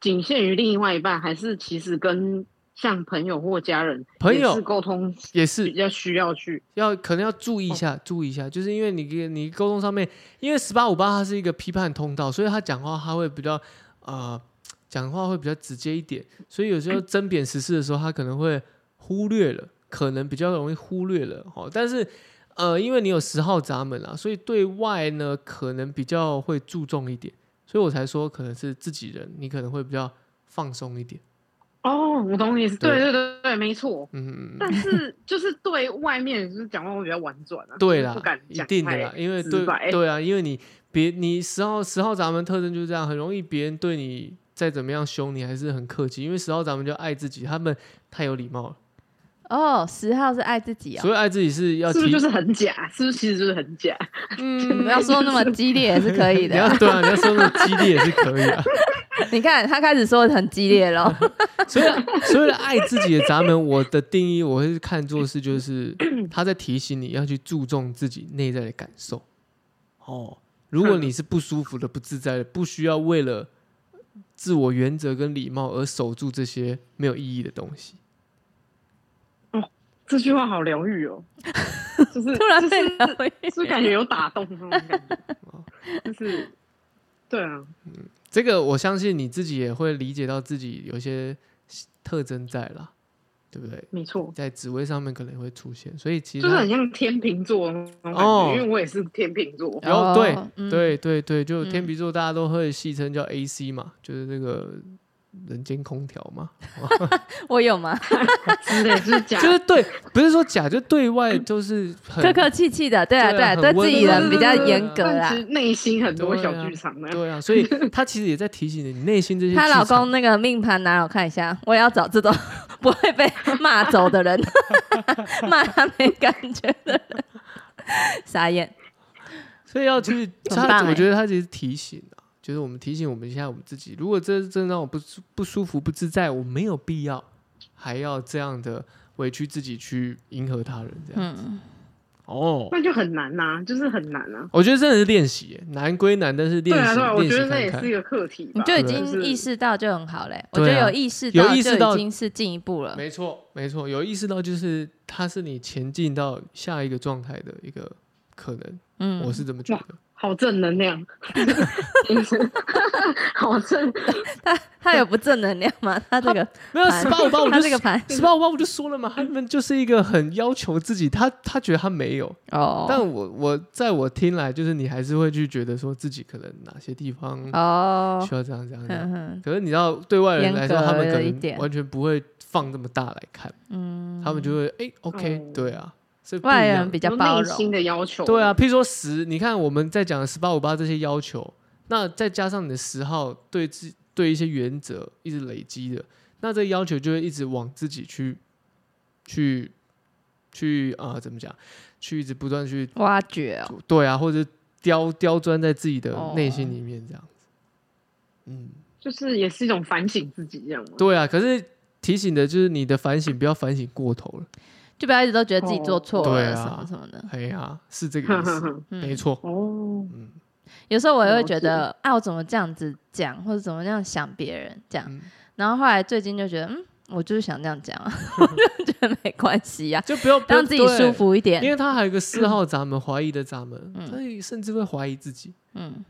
仅限于另外一半，还是其实跟像朋友或家人
朋友
也是沟通
也是
比较需要去
要可能要注意一下，注意一下，就是因为你跟你沟通上面，因为十八五八它是一个批判通道，所以他讲话他会比较呃，讲话会比较直接一点，所以有时候争辩时事的时候，他可能会忽略了，可能比较容易忽略了哦。但是呃，因为你有十号闸门啊，所以对外呢可能比较会注重一点，所以我才说可能是自己人，你可能会比较放松一点。
哦，我懂你意思，对
对
对对对，没错。
嗯，嗯嗯
但是就是对外面就是讲话会比较婉转啊，
对
就
啦
是不敢，
一
讲
定的
太
啦，因为
直
对
白哎
对啊，因为你别你十号十号闸门特征就是这样，很容易别人对你再怎么样凶，你还是很客气，因为十号闸门就爱自己，他们太有礼貌了，
哦，十号是爱自己
所
哦，
以爱自己是要
是
提，
不是就是很假？是不是其实就是很假？
嗯 [laughs]
不要说那么激烈也是可以
你要
的。
对啊，你要说那么激烈也是可以啊。
你看他开始说得很激
[laughs]
烈了，
所以所谓的爱自己的闸门，我的定义我会看作是
[coughs]
就是他在提醒你要去注重自己内在的感受。哦，如果你是不舒服的、不自在的，不需要为了自我原则跟礼貌而守住这些没有意义的东西。
哦，这句话好疗愈
[laughs]
哦，就是
突然
就
被
是
聊回去
就是感觉有打动那种感
[laughs]
觉，就是对啊，
这个我相信你自己也会理解到自己有一些特征在啦，对不对？
没错，
在职位上面可能会出现，所以其实
就是
它
很像天秤座那种感觉，
哦
因为我也是天秤
[laughs]
座，
然后对、
哦嗯
对对对，就天
嗯
秤座大家都会戏称叫 AC 嘛，就是那个人间空调嘛，
我有吗？
之类，就是假
就是对，不是说假，就对外就是很
客客气气的，对啊
对
对
啊
啊，
很
对
温
自己
柔
人比较严格
但
啦
其。实内心很多小剧场呢。
对啊，所以她其实也在提醒你，你内心这些
她老
气场
公那个命盘拿来我看一下，我也要找这种 [laughs] 不会被骂走的人， [laughs] 骂他没感觉的人，傻眼。
所以要去，
很棒
他我
欸
觉得他其实提醒啊，就是我们提醒我们一下我们自己，如果这真让我不舒不舒服、不自在，我没有必要还要这样的委屈自己去迎合他人这样。
嗯，
哦，
那就很难呐、就是很难呐、
我觉得真的是练习耶，难归难，但是
对
练
啊，
习
对啊，我
练
觉得
习
那也
看
是一
看。
个课题吧。
你就已
对
经
是
意识到就很好嘞，我
嗯
觉
对啊
得有意识到
有意识到
就已经是进一步了。
没错，没错，有意识到就是它是你前进到下一个状态的一个可能，
嗯，
我是这么觉
哇
得。
好正能量，好正，
他他有不正能量吗？他这个
没有
盘
十八五八，我
[laughs] 他
就
这个盘
[laughs] 十八五八我就说了嘛，他们就是一个很要求自己，他他觉得他没有，但
哦
我我在我听来，就是你还是会去觉得说自己可能哪些地方
哦，
需要这样这样这样。
嗯哼
可是你知道，对外人来说，
严格
他们可
了一
能
点
完全不会放这么大来看，
嗯，哦
他们就会哎，OK，
嗯
对啊，是不一
外
样
人
的
比较
有
包
内
容
心，的要求。
对啊。，譬如说十，你看我们在讲十八五八这些要求，那再加上你的十号对自对一些原则一直累积的，那这个要求就会一直往自己去去去啊、怎么讲？去一直不断去
挖掘哦，
对啊，或者刁刁钻在自己的内心
哦
里面这样子。嗯，
就是也是一种反省自己这样嘛。
对啊，可是提醒的就是你的反省不要反省过头了。
就不要一直都觉得自己做错
对
了
啊
什么什么的。
哎呀，是这个意思，
[laughs] 嗯
没错。
哦，
嗯
有时候我也会觉
了解
得，啊，我怎么这样子讲，或者怎么这样想别人这样。
嗯，
然后后来最近就觉得，嗯，我就是想这样讲
[laughs]
啊，我就觉得没关系呀、
就不要
让自己舒。服一
不要对因
点。
为他还有一个四号闸门，怀疑的闸门，
嗯
所以甚至会怀疑自己。
嗯，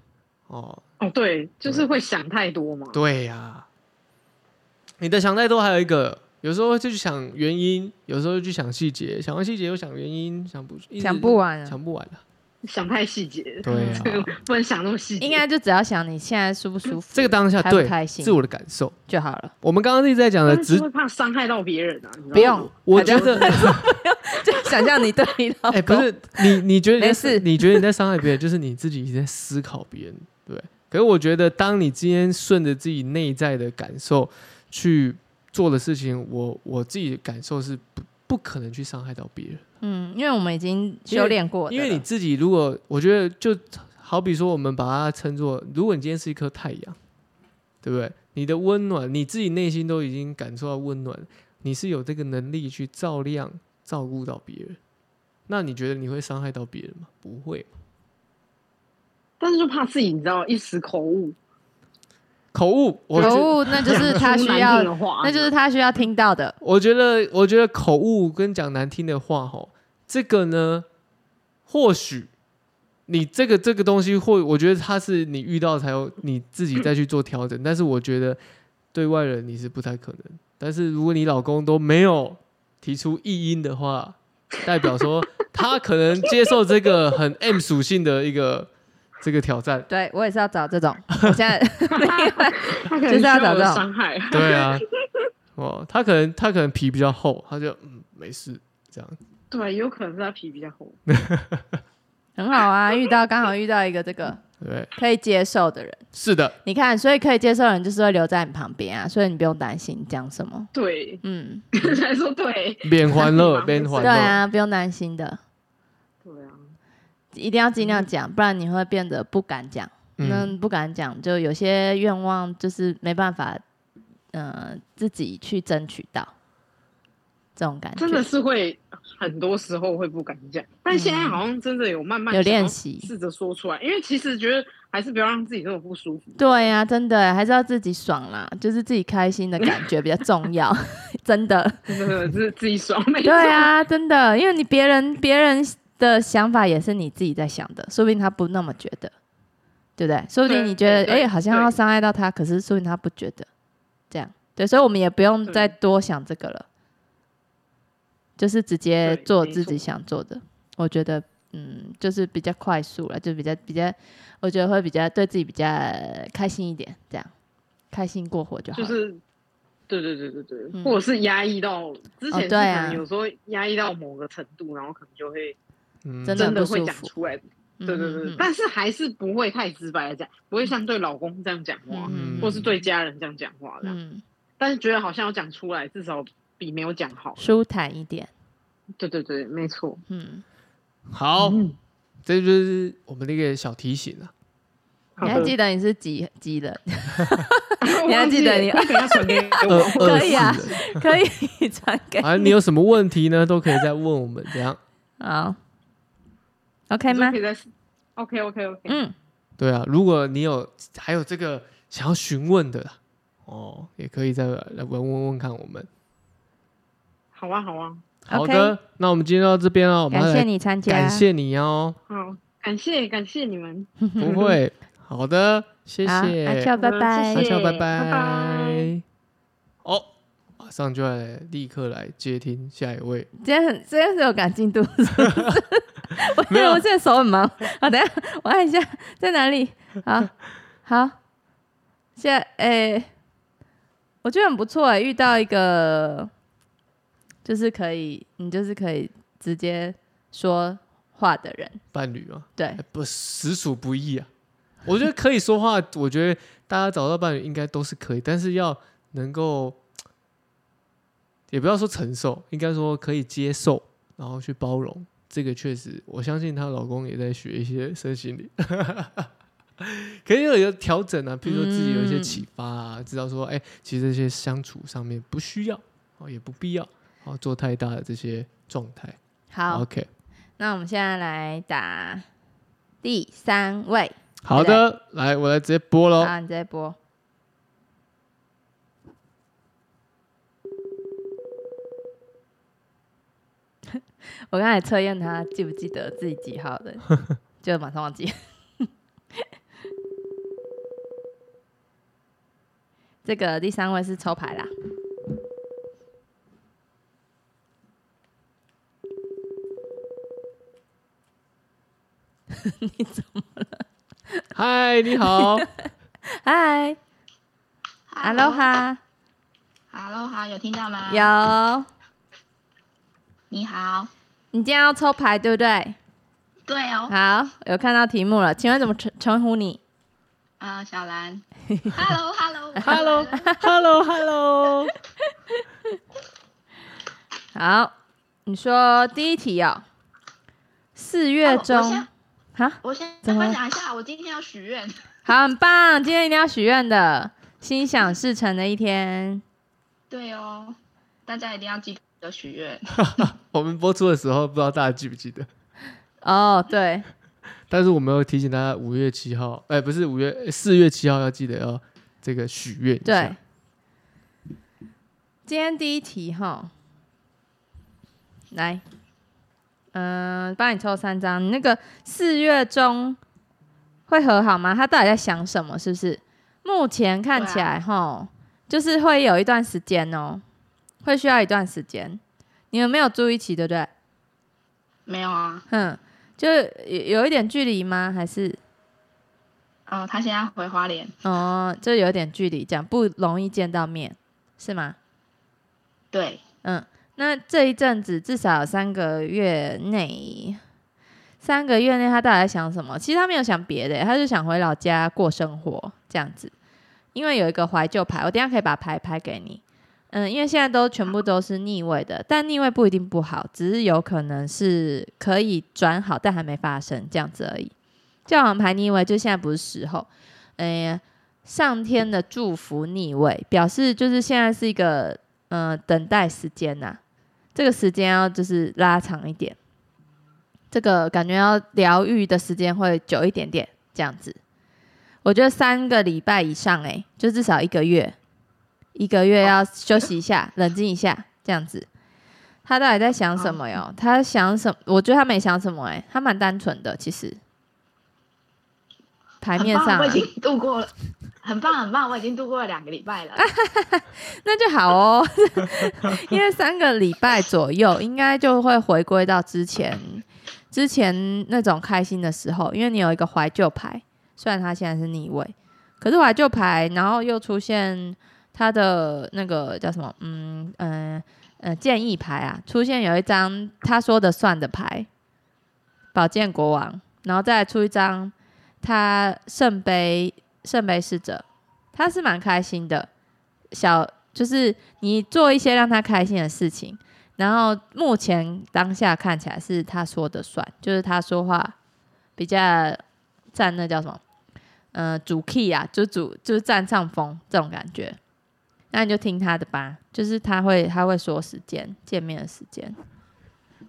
哦，
哦，对，就是会想太多嘛。
对呀、你的想太多，还有一个，有时候会去想原因，有时候去想细节，想完细节又想原因，想不一直
想不完啊
想不完
[laughs]
了、
想太细节，
对啊
[laughs] 不能想那么细节。
应该就只要想你现在舒不舒服，
这个当下
开不
对
开心
自我的感受，
就好
[laughs]
了。
我们刚刚一直在讲的
但是
直
会怕伤害到别人啊。你知道吗
呃不用，
我
还这样
觉得
就想象你 [laughs] 对你老
哎、
公，
不是你，你觉得你在
没事
你觉得你在伤害别人，就是你自己在思考别人，对。可是我觉得，当你今天顺着自己内在的感受去做的事情，我我自己的感受是不不可能去伤害到别人，
嗯，因为我们已经修炼过的
因
了，
为你自己如果我觉得就好比说，我们把它称作，如果你今天是一颗太阳，对不对？你的温暖，你自己内心都已经感受到温暖，你是有这个能力去照亮、照顾到别人。那你觉得你会伤害到别人吗？不会嘛，
但是就怕自己，你知道，一时口误，
口误，我觉
可恶，那就是他需要
讲出难听的话，
那就是他需要听到的。
我觉得，我觉得口误跟讲难听的话，吼，这个呢，或许你这个这个东西会，我觉得它是你遇到才有你自己再去做调整，但是我觉得对外人你是不太可能。但是如果你老公都没有提出异音的话，代表说他可能接受这个很 M 属性的一个这个挑战。
对我也是要找这种，我现在 [laughs] 啊
他可
就是
能
要找
受
这
了
种
伤害。
对啊，哦，他可能他可能皮比较厚，他就嗯没事这样。
对，有可能是他皮比较厚。
很好啊，遇到刚好遇到一个这个
对，
可以接受的人。
是的。
你看，所以可以接受的人就是会留在你旁边啊，所以你不用担心讲什么。
对， [laughs]
嗯，
才说对，
[laughs]
免欢乐，免欢
完
对
乐。
啊，不用担心的，
对啊，
一定要尽量讲，不然你会变得不敢讲。那
嗯，
不敢讲，就有些愿望就是没办法，呃，自己去争取到。这种感觉，
真的是会很多时候会不敢讲，但现在好像真的有慢慢
有
想要
练习
试着说出来，因为其实觉得还是不要让自己那么不舒
[laughs]
服。
对呀、真的还是要自己爽啦，就是自己开心的感觉比较重要， [laughs] 真的。
真的是自己爽，没 [laughs]
对
错，
啊，真的，因为你别人别人的想法也是你自己在想的，说不定他不那么觉得，对不对？说不定
对
你觉得
对
哎、诶好像要
对
伤害到他，可是说不定他不觉得，这样对，所以我们也不用
对
再多想这个了，就是直接
对
做
没
自己
错
想做的。我觉得，嗯，就是比较快速了，就比较比较，我觉得会比较对自己比较开心一点，这样开心过活就好
就
了。
是。对对对对对，
嗯
或者是压抑到之前
哦
是
对
可
啊
能有时候压抑到某个程度，然后可能就会
嗯，
真的
真
很
的
不舒
会讲
服
出来。
嗯
对对
嗯
对，
嗯
但是还是不会太直白的讲，不会像对老公这样讲话，
嗯
或是对家人这样讲话的。
嗯，
但是觉得好像要讲出来，至少比没有讲好。
舒坦一点，
对对对，没错。
嗯。
好，
嗯
这就是我们那个小提醒
[laughs]
啊。
好
你
的
还记得你是几
[laughs]
几人？
[laughs] 我
你还
忘
记
记
得
了
你
那等一下
[laughs]
传给
二
我。
二
可以啊
四人，
可以传给
反正你有什么问题呢，都可以再问我们。这样，
好，OK
你
吗
可？以再 OK OK OK，
嗯，
对啊，如果你有还有这个想要询问的啦，哦，也可以再来问问问看我们。
好啊好啊，
好的那我们今天到这边哦了，我们
感谢
来
你啊参加，
感谢你
[laughs]
哦，
好，感谢感谢你们，
不会，好的，谢
好，
谢，
阿俏，拜
好
拜
谢
大
谢。
家拜
拜拜
哦，马上就来立刻来接听下一位。
今天很今天是有赶
[laughs]
进度，是不是我
没有
我现在手很忙。好，等一下我按一下，在哪里？好，好，现在诶、我觉得很不错诶、遇到一个就是可以，你就是可以直接说话的人，
伴侣啊，
对
哎，不实属不易啊。我觉得可以说话，我觉得大家找到伴侣应该都是可以，但是要能够，也不要说承受，应该说可以接受，然后去包容。这个确实，我相信她老公也在学一些身心灵，可以有一个调整啊，比如说自己有一些
嗯
启发啊，知道说，哎、其实这些相处上面不需要哦，也不必要哦，做太大的这些状态。
好，
OK，
那我们现在来打第三位。
好的，来，我来直接播喽。
好，你再播。 [laughs] 我刚才测验他记不记得自己几号的，就马上忘记。 [laughs] 这个第三位是抽牌啦，
嗨，你 [laughs] 好，
嗨，hello 哈，
，Hello，有听到吗？
有，
你好，
你今天要抽牌对不对？
对哦，
好，有看到题目了，请问怎么称称呼你？
啊、
呃
小
[laughs]
兰，Hello，Hello，Hello，
[laughs]
Hello，Hello，Hello，
好，你说第一题哦，四月中
我先
啊，
我先
怎么了
分享一下，我今天要许愿，
好，很棒，今天一定要许愿的，心想事成的一天。
对哦，大家一定要记得许愿，
我们播出的时候不知道大家记不记得，
哦，对，
但是我们有提醒大家五月七号，哎、不是五月四月七号要记得要这个许愿一下
对，，今天第一题哈，来，嗯、帮你抽三张。你那个四月中会和好吗？他到底在想什么？是不是？目前看起来
啊
哈，就是会有一段时间哦，会需要一段时间。你们没有住一起，对不对？
没有啊，
哼，就是有有一点距离吗？还是
嗯、
哦
他现在回花莲，
哦，就有点距离，这样不容易见到面，是吗？
对，
嗯，那这一阵子至少有三个月内，三个月内他到底在想什么？其实他没有想别的，他就想回老家过生活这样子。因为有一个怀旧牌，我等一下可以把牌拍给你。嗯，因为现在都全部都是逆位的，但逆位不一定不好，只是有可能是可以转好，但还没发生这样子而已。教皇牌逆位就现在不是时候，哎、上天的祝福逆位，表示就是现在是一个呃等待时间呐、这个时间要就是拉长一点，这个感觉要疗愈的时间会久一点点，这样子。我觉得三个礼拜以上、欸，哎，就至少一个月，一个月要休息一
[laughs]
下，冷静一下，这样子。他到底在想什么哟？他想什我觉得他没想什么、欸，哎，他蛮单纯的，其实。牌面
很
上、
棒我
啊
已，经度过了，很棒很棒，我已经度过了两个礼拜了。
[laughs] 那就好哦，因为三个礼拜左右应该就会回归到之前之前那种开心的时候，因为你有一个怀旧牌，虽然它现在是逆位，可是怀旧牌，然后又出现它的那个叫什么，嗯嗯呃建议牌啊，出现有一张他说的算的牌，宝剑国王，然后再来出一张他圣杯圣杯侍者，他是蛮开心的，小就是你做一些让他开心的事情，然后目前当下看起来是他说的算，就是他说话比较占那叫什么，呃，主 key 啊，就主就是占上风这种感觉。那你就听他的吧，就是他会他会说时间见面的时间，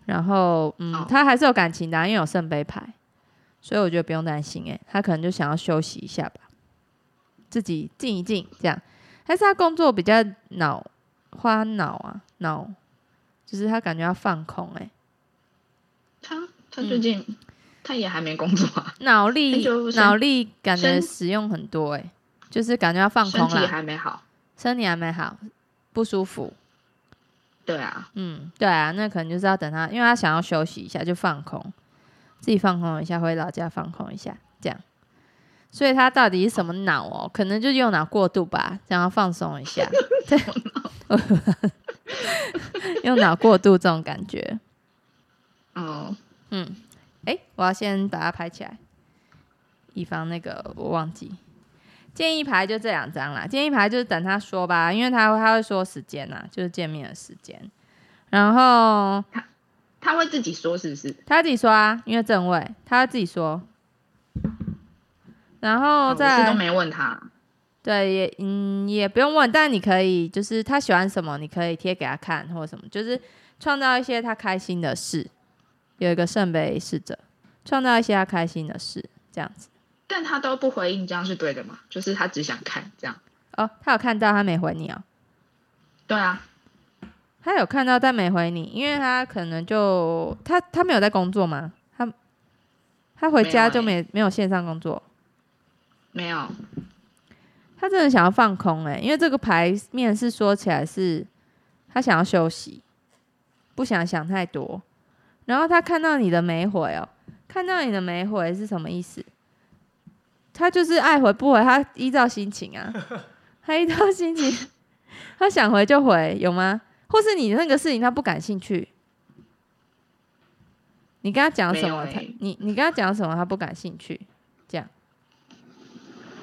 然后嗯
好，
他还是有感情的啊、因为有圣杯牌，所以我觉得不用担心诶、欸他可能就想要休息一下吧，自己静一静这样。还是他工作比较脑花脑啊脑，就是他感觉要放空哎、
他他最近、
嗯
他也还没工作啊，
脑力
那就先
脑力感觉
先
使用很多哎、就是感觉要放
身
空
体也
啦，
还没好。
身体还没好，不舒服。
对啊，
嗯，对啊，那可能就是要等他，因为他想要休息一下，就放空，自己放空一下，回老家放空一下，这样。所以他到底是什么脑哦？可能就右脑过度吧，想要放松一 [laughs] 下。对， [laughs] 右脑过度这种感觉。
哦，
嗯，哎，我要先把它拍起来，以防那个我忘记。建议牌就这两张啦，建议牌就是等他说吧，因为他他会说时间呐、就是见面的时间。然后
他会自己说是不是？
他自己说啊，因为正位，他自己说。然后
哦我是
再
都
来
没问他。
对也嗯也不用问，但你可以就是他喜欢什么，你可以贴给他看或者什么，就是创造一些他开心的事。有一个圣杯侍者，创造一些他开心的事，这样子。
但他都不回应，这样是对的吗？就是他只想看这样。
哦，他有看到，他没回你哦。
对啊，
他有看到，但没回你，因为他可能就他他没有在工作吗？他他回
没有
家就
欸
没没有线上工作。
没有，
他真的想要放空哎、因为这个牌面是说起来是他想要休息，不想想太多。然后他看到你的没回哦、看到你的没回是什么意思？他就是爱回不回，他依照心情啊， [laughs] 他依照心情，他想回就回，有吗？或是你那个事情他不感兴趣，你跟他讲什
没有
么，他
欸
你你跟他讲什么他不感兴趣，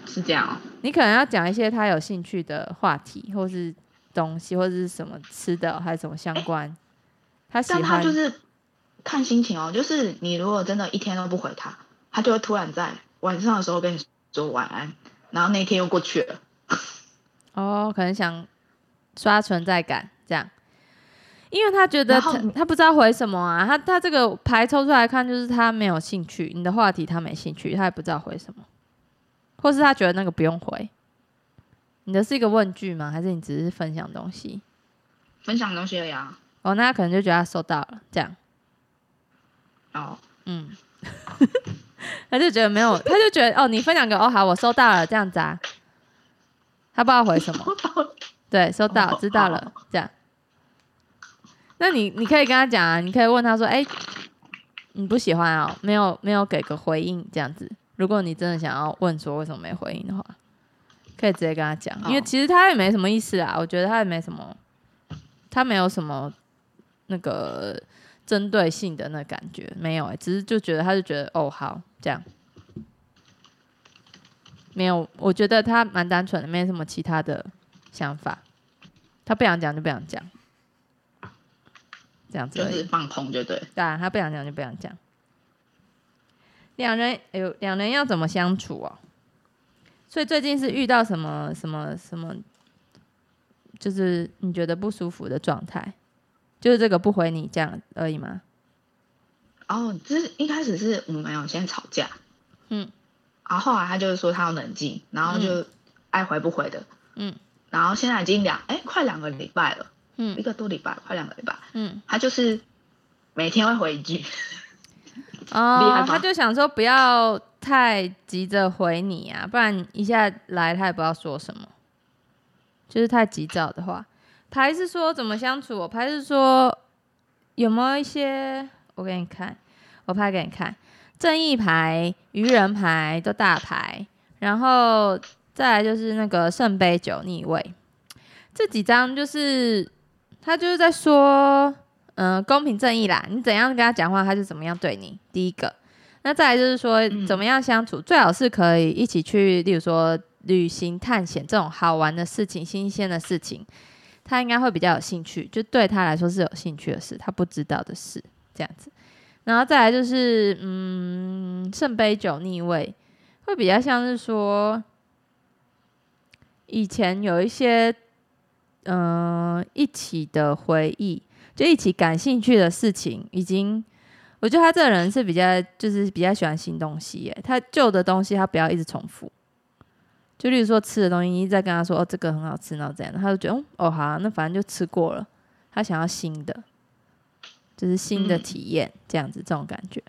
是这样哦、
你可能要讲一些他有兴趣的话题，或是东西，或是什么吃的，还是什么相关。他喜
但他
欢，
就是看心情哦，就是你如果真的一天都不回他，他就会突然在晚上的时候跟你说晚安，然后那一天又过去了。
哦，可能想刷存在感这样，因为他觉得
然后
他
你
他不知道回什么啊，他他这个牌抽出来看，就是他没有兴趣，你的话题他没兴趣，他也不知道回什么，或是他觉得那个不用回。你的是一个问句吗？还是你只是分享东西？
分享东西而已啊。
哦，那他可能就觉得他收到了，这样。
哦，
嗯， [laughs] 他就觉得没有，他就觉得哦，你分享给我哦，好，我收到了，这样子啊，他不知道回什么，对，收到，知道了，这样。那你你可以跟他讲啊，你可以问他说，哎、你不喜欢哦，没有没有给个回应这样子。如果你真的想要问说为什么没回应的话，可以直接跟他讲，因为
哦
其实他也没什么意思啊，我觉得他也没什么，他没有什么那个针对性的那感觉，没有、欸，只是就觉得他就觉得哦好这样，没有，我觉得他蛮单纯的，没什么其他的想法，他不想讲就不想讲，这样子
就
而已。
是放空，就对了。
对啊，他不想讲就不想讲。两人，哎呦，两人要怎么相处哦？所以最近是遇到什么什么什么，就是你觉得不舒服的状态，就是这个不回你这样而已吗？
哦，就是一开始是我们有先吵架，
嗯，
然后后来他就是说他要冷静，然后就爱回不回的，
嗯，
然后现在已经两哎快两个礼拜了，一
嗯
个多礼拜，快两个礼拜，
嗯
他就是每天会回一句，厉害
哦
吧，
他就想说不要太急着回你啊，不然一下来他也不知道说什么，就是太急躁的话。还是说怎么相处？我还是说有没有一些？我给你看，我拍给你看，正义牌、愚人牌都大牌，然后再来就是那个圣杯九逆位，这几张就是他就是在说，嗯、公平正义啦，你怎样跟他讲话，他就怎么样对你。第一个，那再来就是说
嗯
怎么样相处，最好是可以一起去，例如说旅行、探险这种好玩的事情、新鲜的事情，他应该会比较有兴趣，就对他来说是有兴趣的事，他不知道的事，这样子。然后再来就是，嗯，圣杯九逆位会比较像是说，以前有一些，嗯、一起的回忆，就一起感兴趣的事情，已经，我觉得他这个人是比较，就是比较喜欢新东西耶。他旧的东西他不要一直重复，就例如说吃的东西，你一直在跟他说哦这个很好吃，然后这样，他就觉得嗯哦好啊、那反正就吃过了，他想要新的，就是新的
嗯
体验、这样子这种感觉。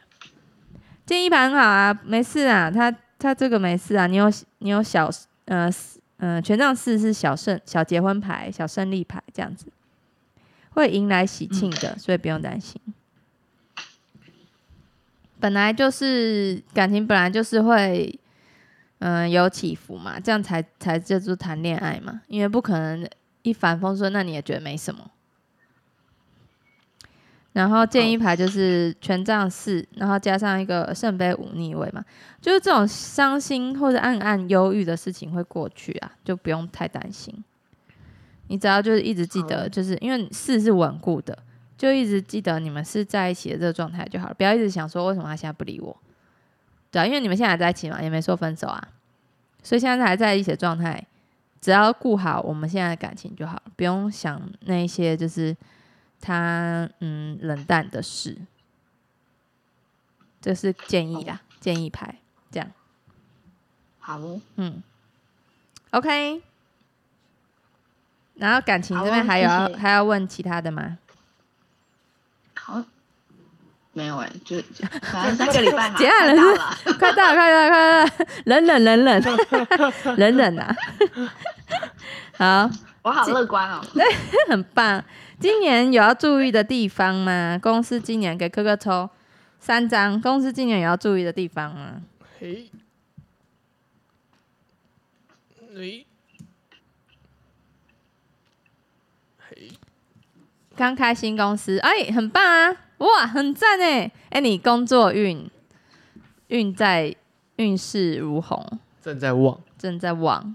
建议盘很好啊，没事啊，他他这个没事啊，你有你有小呃嗯、呃，权杖四是小胜小结婚牌、小胜利牌这样子，会迎来喜庆的，所以不用担心。本来就是感情，本来就是会嗯、呃有起伏嘛，这样才才叫做谈恋爱嘛，因为不可能一帆风顺，那你也觉得没什么。然后建议牌就是权杖四，然后加上一个圣杯五逆位嘛，就是这种伤心或者暗暗忧郁的事情会过去啊，就不用太担心。你只要就是一直记
好
得，就是因为四是稳固的，就一直记得你们是在一起的这个状态就好了，不要一直想说为什么他现在不理我，对啊，因为你们现在还在一起嘛，也没说分手啊，所以现在还在一起的状态，只要顾好我们现在的感情就好了，不用想那一些就是他嗯冷淡的事，这是建议啦，建议牌这样，
好哦，
嗯，OK。然后感情这边
好哦
还有要、
谢谢
还要问其他的吗？
好，没有哎、就就反正三个礼拜
[laughs]
嘛，
结案了
快到
快到了，快
了，
到了，快到了，冷冷冷
[laughs]
冷冷冷啊！好，
我好乐观哦。
很棒。今年有要注意的地方吗？公司今年给科科抽三张，公司今年有要注意的地方吗？
嘿，嘿，嘿，
刚开新公司，哎，很棒啊！哇，很赞哎！哎，你工作运运在运势如虹，
正在旺，
正在旺。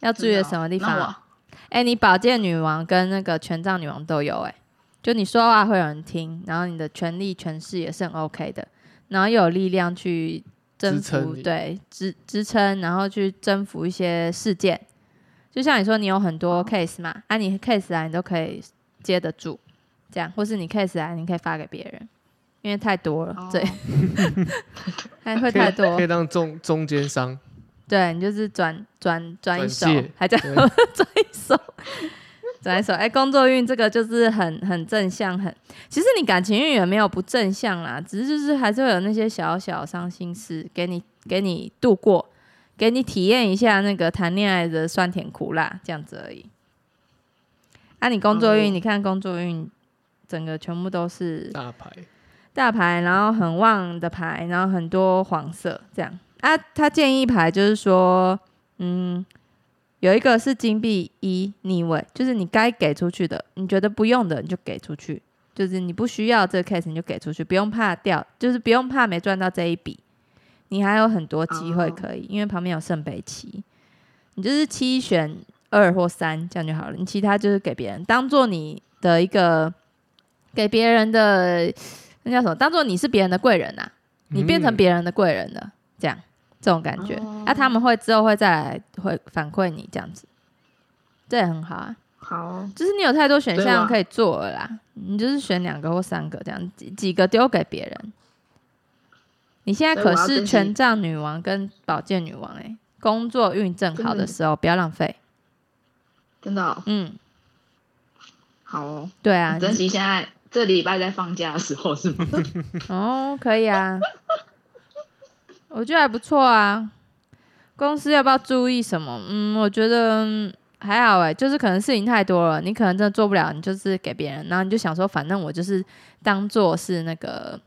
要注意
哦
的什么地方
那
哦
啊、
我
哎、你宝剑女王跟那个权杖女王都有哎、就你说话会有人听，然后你的权力权势也是很 OK 的，然后又有力量去征
支撑
服，
你
对支支撑，然后去征服一些事件。就像你说，你有很
哦
多 case 嘛，啊，你 case 来你都可以接得住，这样，或是你 case 来你可以发给别人，因为太多了，
哦
对，还会
可
太
以
多
可以，当中中间商，
对你就是转转转一
转
手
借，
还在
对
[laughs] 转一手，转一手。哎、工作运这个就是很很正向，很其实你感情运也没有不正向啦，只是就是还是会有那些小小伤心事给你给你度过，给你体验一下那个谈恋爱的酸甜苦辣这样子而已。啊，你工作运，
哦
你看工作运，整个全部都是
大牌，
大牌，然后很旺的牌，然后很多黄色这样啊。他建议牌就是说，嗯，有一个是金币一逆位，就是你该给出去的，你觉得不用的你就给出去，就是你不需要这个 case 你就给出去，不用怕掉，就是不用怕没赚到这一笔，你还有很多机会
哦
可以，因为旁边有圣杯七，你就是七选二或三这样就好了，你其他就是给别人，当做你的一个给别人的那叫什么？当做你是别人的贵人呐、你变成
嗯
别人的贵人了，这样这种感觉。那、
哦
他们会之后会再来会反馈你这样子，这也很好啊。
好，
就是你有太多选
对
项
啊
可以做了啦，你就是选两个或三个这样，几几个丢给别人。你现在
所以
可
我要
是
珍惜
权杖女王跟宝剑女王哎、工作运正好的
真的
时候不要浪费。
真的哦、
嗯，
好哦，
对啊，
珍惜现在这礼拜在放假的时候是吗？
哦，可以啊，我觉得还不错啊。公司要不要注意什么？嗯，我觉得嗯还好哎、就是可能事情太多了，你可能真的做不了，你就是给别人，然后你就想说，反正我就是当做是那个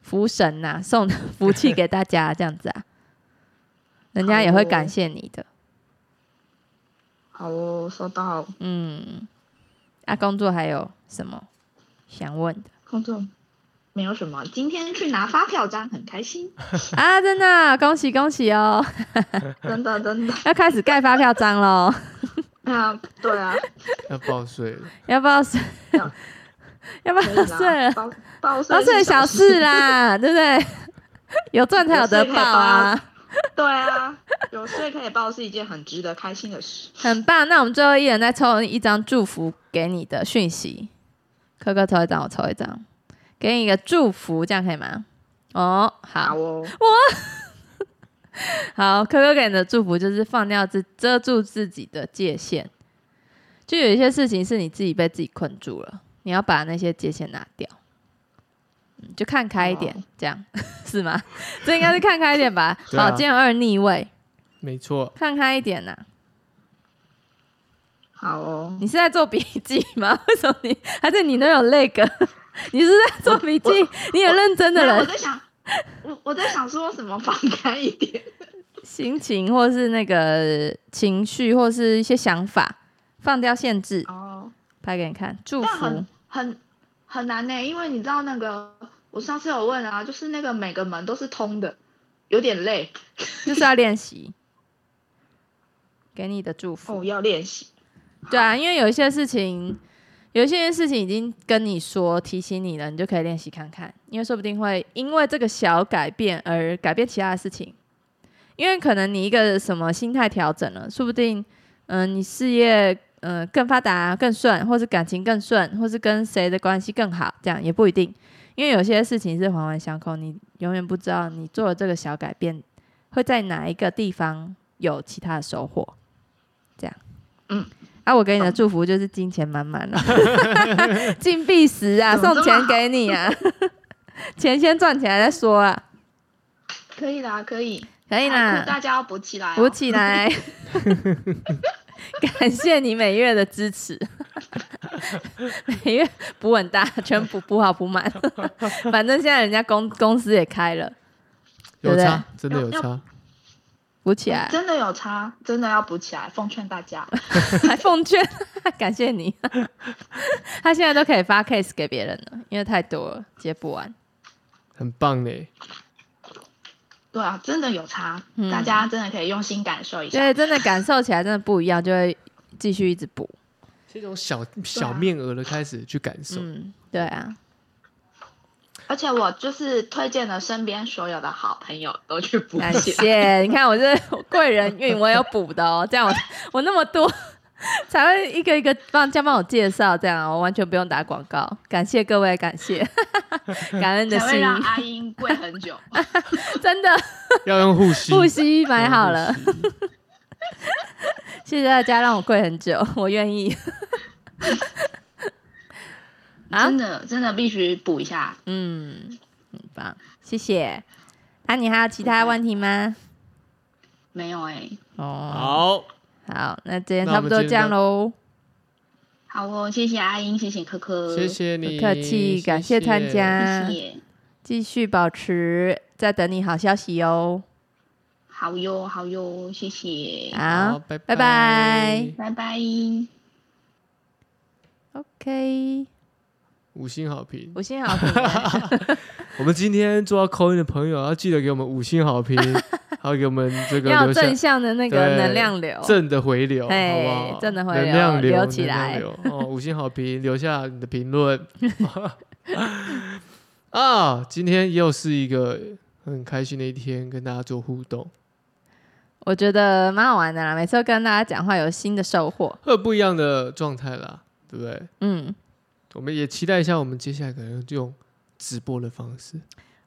福神呐、送 [laughs] 福气给大家这样子啊，人家也会感谢你的。
好哦，收到。
嗯，啊，工作还有什么想问的
工作没有什么，今天去拿发票章很开 [laughs] 心，
啊？真的啊、恭喜恭喜哦，
真的真的。
要开始盖发票章喽。
啊，对
[laughs]
啊，
要报税了。
要不要睡？
要
[laughs] 要不
可以
要
啦 [laughs]
睡了？
报报税
要
是
睡小事啦，对不对？有赚才有得报
有
啊，
对啊，有税可以报是一件很值得开心的事。
很棒。那我们最后一人再抽一张祝福给你的讯息，可可抽一张，我抽一张，给你一个祝福，这样可以吗？哦，
好
好
哦，
好，可可给你的祝福就是放掉自遮住自己的界限，就有一些事情是你自己被自己困住了，你要把那些界限拿掉，嗯就看开一点，
哦
这样 [laughs] 是吗？这应该是看开一点
[laughs]
吧。
对啊
宝剑二逆位，
没错，
看开一点呐、
好哦，
你是在做笔记吗？ [laughs] 为什么你还是你都有那个？ [laughs] 你是在做笔记？你有认真的
没有我
人
在想，我我在想说什么放开一点。
心情，或是那个情绪，或是一些想法，放掉限制，
哦，
拍给你看，祝
但
福
很。很很难呢、因为你知道那个，我上次有问啊，就是那个每个门都是通的，有点累
[laughs] 就是要练习，给你的祝福。
哦，要练习。
对啊，因为有一些事情，有一些事情已经跟你说提醒你了，你就可以练习看看，因为说不定会因为这个小改变而改变其他的事情。因为可能你一个什么心态调整了，说不定，嗯、你事业嗯、呃更发达、更顺，或是感情更顺，或是跟谁的关系更好，这样也不一定。因为有些事情是环环相扣，你永远不知道你做了这个小改变会在哪一个地方有其他的收获。
嗯
啊，我给你的祝福就是金钱满满了， [laughs]
[laughs]
金币石啊，
怎么这
送
么
钱给你啊， [laughs] 钱先赚起来再说啊，
可以啦，可以，
可以
太酷
啦，
大家要补起来、哦，
扶起来。感谢你每月的支持，每月补很大，全补补好补满，反正现在人家公公司也开了，
有
对不对
差，真的有
要
差。
补起
[laughs]
来，
真的有差，真的要补起来，奉劝大家。
还奉劝， [laughs] 感谢你，他现在都可以发 case 给别人了，因为太多了，接不完。
很棒呢，
对啊，真的有差，
嗯
大家真的可以用心感受一下。
对，真的感受起来真的不一样，就会继续一直补。
这种小小面额的开始去感受，
啊嗯，对啊，
而且我就是推荐了身边所有的好朋友都去补
感
起来。
谢。你看我这 [laughs] 我贵人运，我有补的哦，这样我我那么多才会一个一个帮这样帮我介绍，这样啊我完全不用打广告。感谢各位，感谢 [laughs] 感恩的
才会
心，
让阿英跪很久，
真的
要用护膝，
复习买
要用
好了
护，膝。
谢谢大家让我跪很久，我愿意。啊
真的真的必须补一下。
嗯，很棒，谢谢。啊，你还有其他问题吗？
没有哎、
哦，
好，
好，那今天
那
差
我们
不多
今
这
天
样
到
喽，
好哦，谢谢阿英，谢谢科科，
谢谢
不
你，
客气，感谢
谢
参。加
谢，谢，
继续保持在等你好消息哦哟。
好哟好哟，谢谢，
好
好，，
拜
拜拜
拜拜。
，OK，
五星好评。
五星好评 [laughs] 欸，
我们今天做到扣音的朋友，要记得给我们五星好
[laughs]
评，还有给我们这个
要有
留下
正向的那个
对
能量流，
正的回流，
哎
好不好？
正的回流
能量流
留起来
能量流哦，五星好评，留下你的评论。 [laughs] 啊，今天又是一个很开心的一天，跟大家做互动。
我觉得蛮好玩的啦，每次都跟大家讲话有新的收获。
会有不一样的状态啦，对不对？
嗯，
我们也期待一下，我们接下来可能就用直播的方式，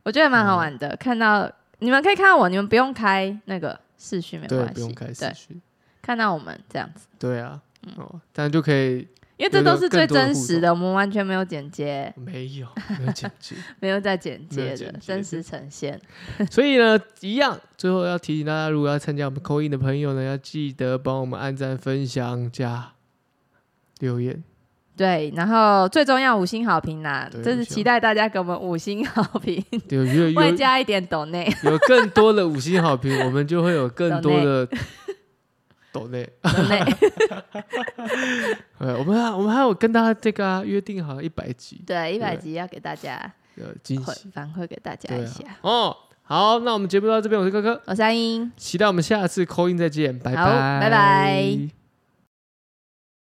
我觉得蛮好
嗯
玩的。看到你们可以看到我，你们不用开那个视讯没
对，
关系，
不用开视
对，
讯，
看到我们这样子，
对啊，
嗯
哦，但就可以
因为这都是
有一个更
最
多的
真实的，我们完全没有剪接，
没
[laughs]
有没有剪辑，
没有在剪
没
接
有
的，
剪接
真实呈现。
所以呢，一样，最后要提醒大家，如果要参加我们扣印的朋友呢，要记得帮我们按赞、分享、加留言。
对，然后最重要五星好评啦，
对
就
五
是
星
期待大家给我们五星好评，
有
[laughs]
有
外
有
加一点抖内
有更多的五星好评，我们就会有更多
[laughs]
的抖内。
抖
[laughs]
内，
呃，我们还我们还有跟大家这个、啊、约定好一百集
对，一百
对
集要给大家
呃惊
回
喜，
反馈给大家
对
一
啊
下。。
哦，好，那我们节目到这边，我是哥哥，
我是阿英。
期待我们下次扣印再见，拜
好拜拜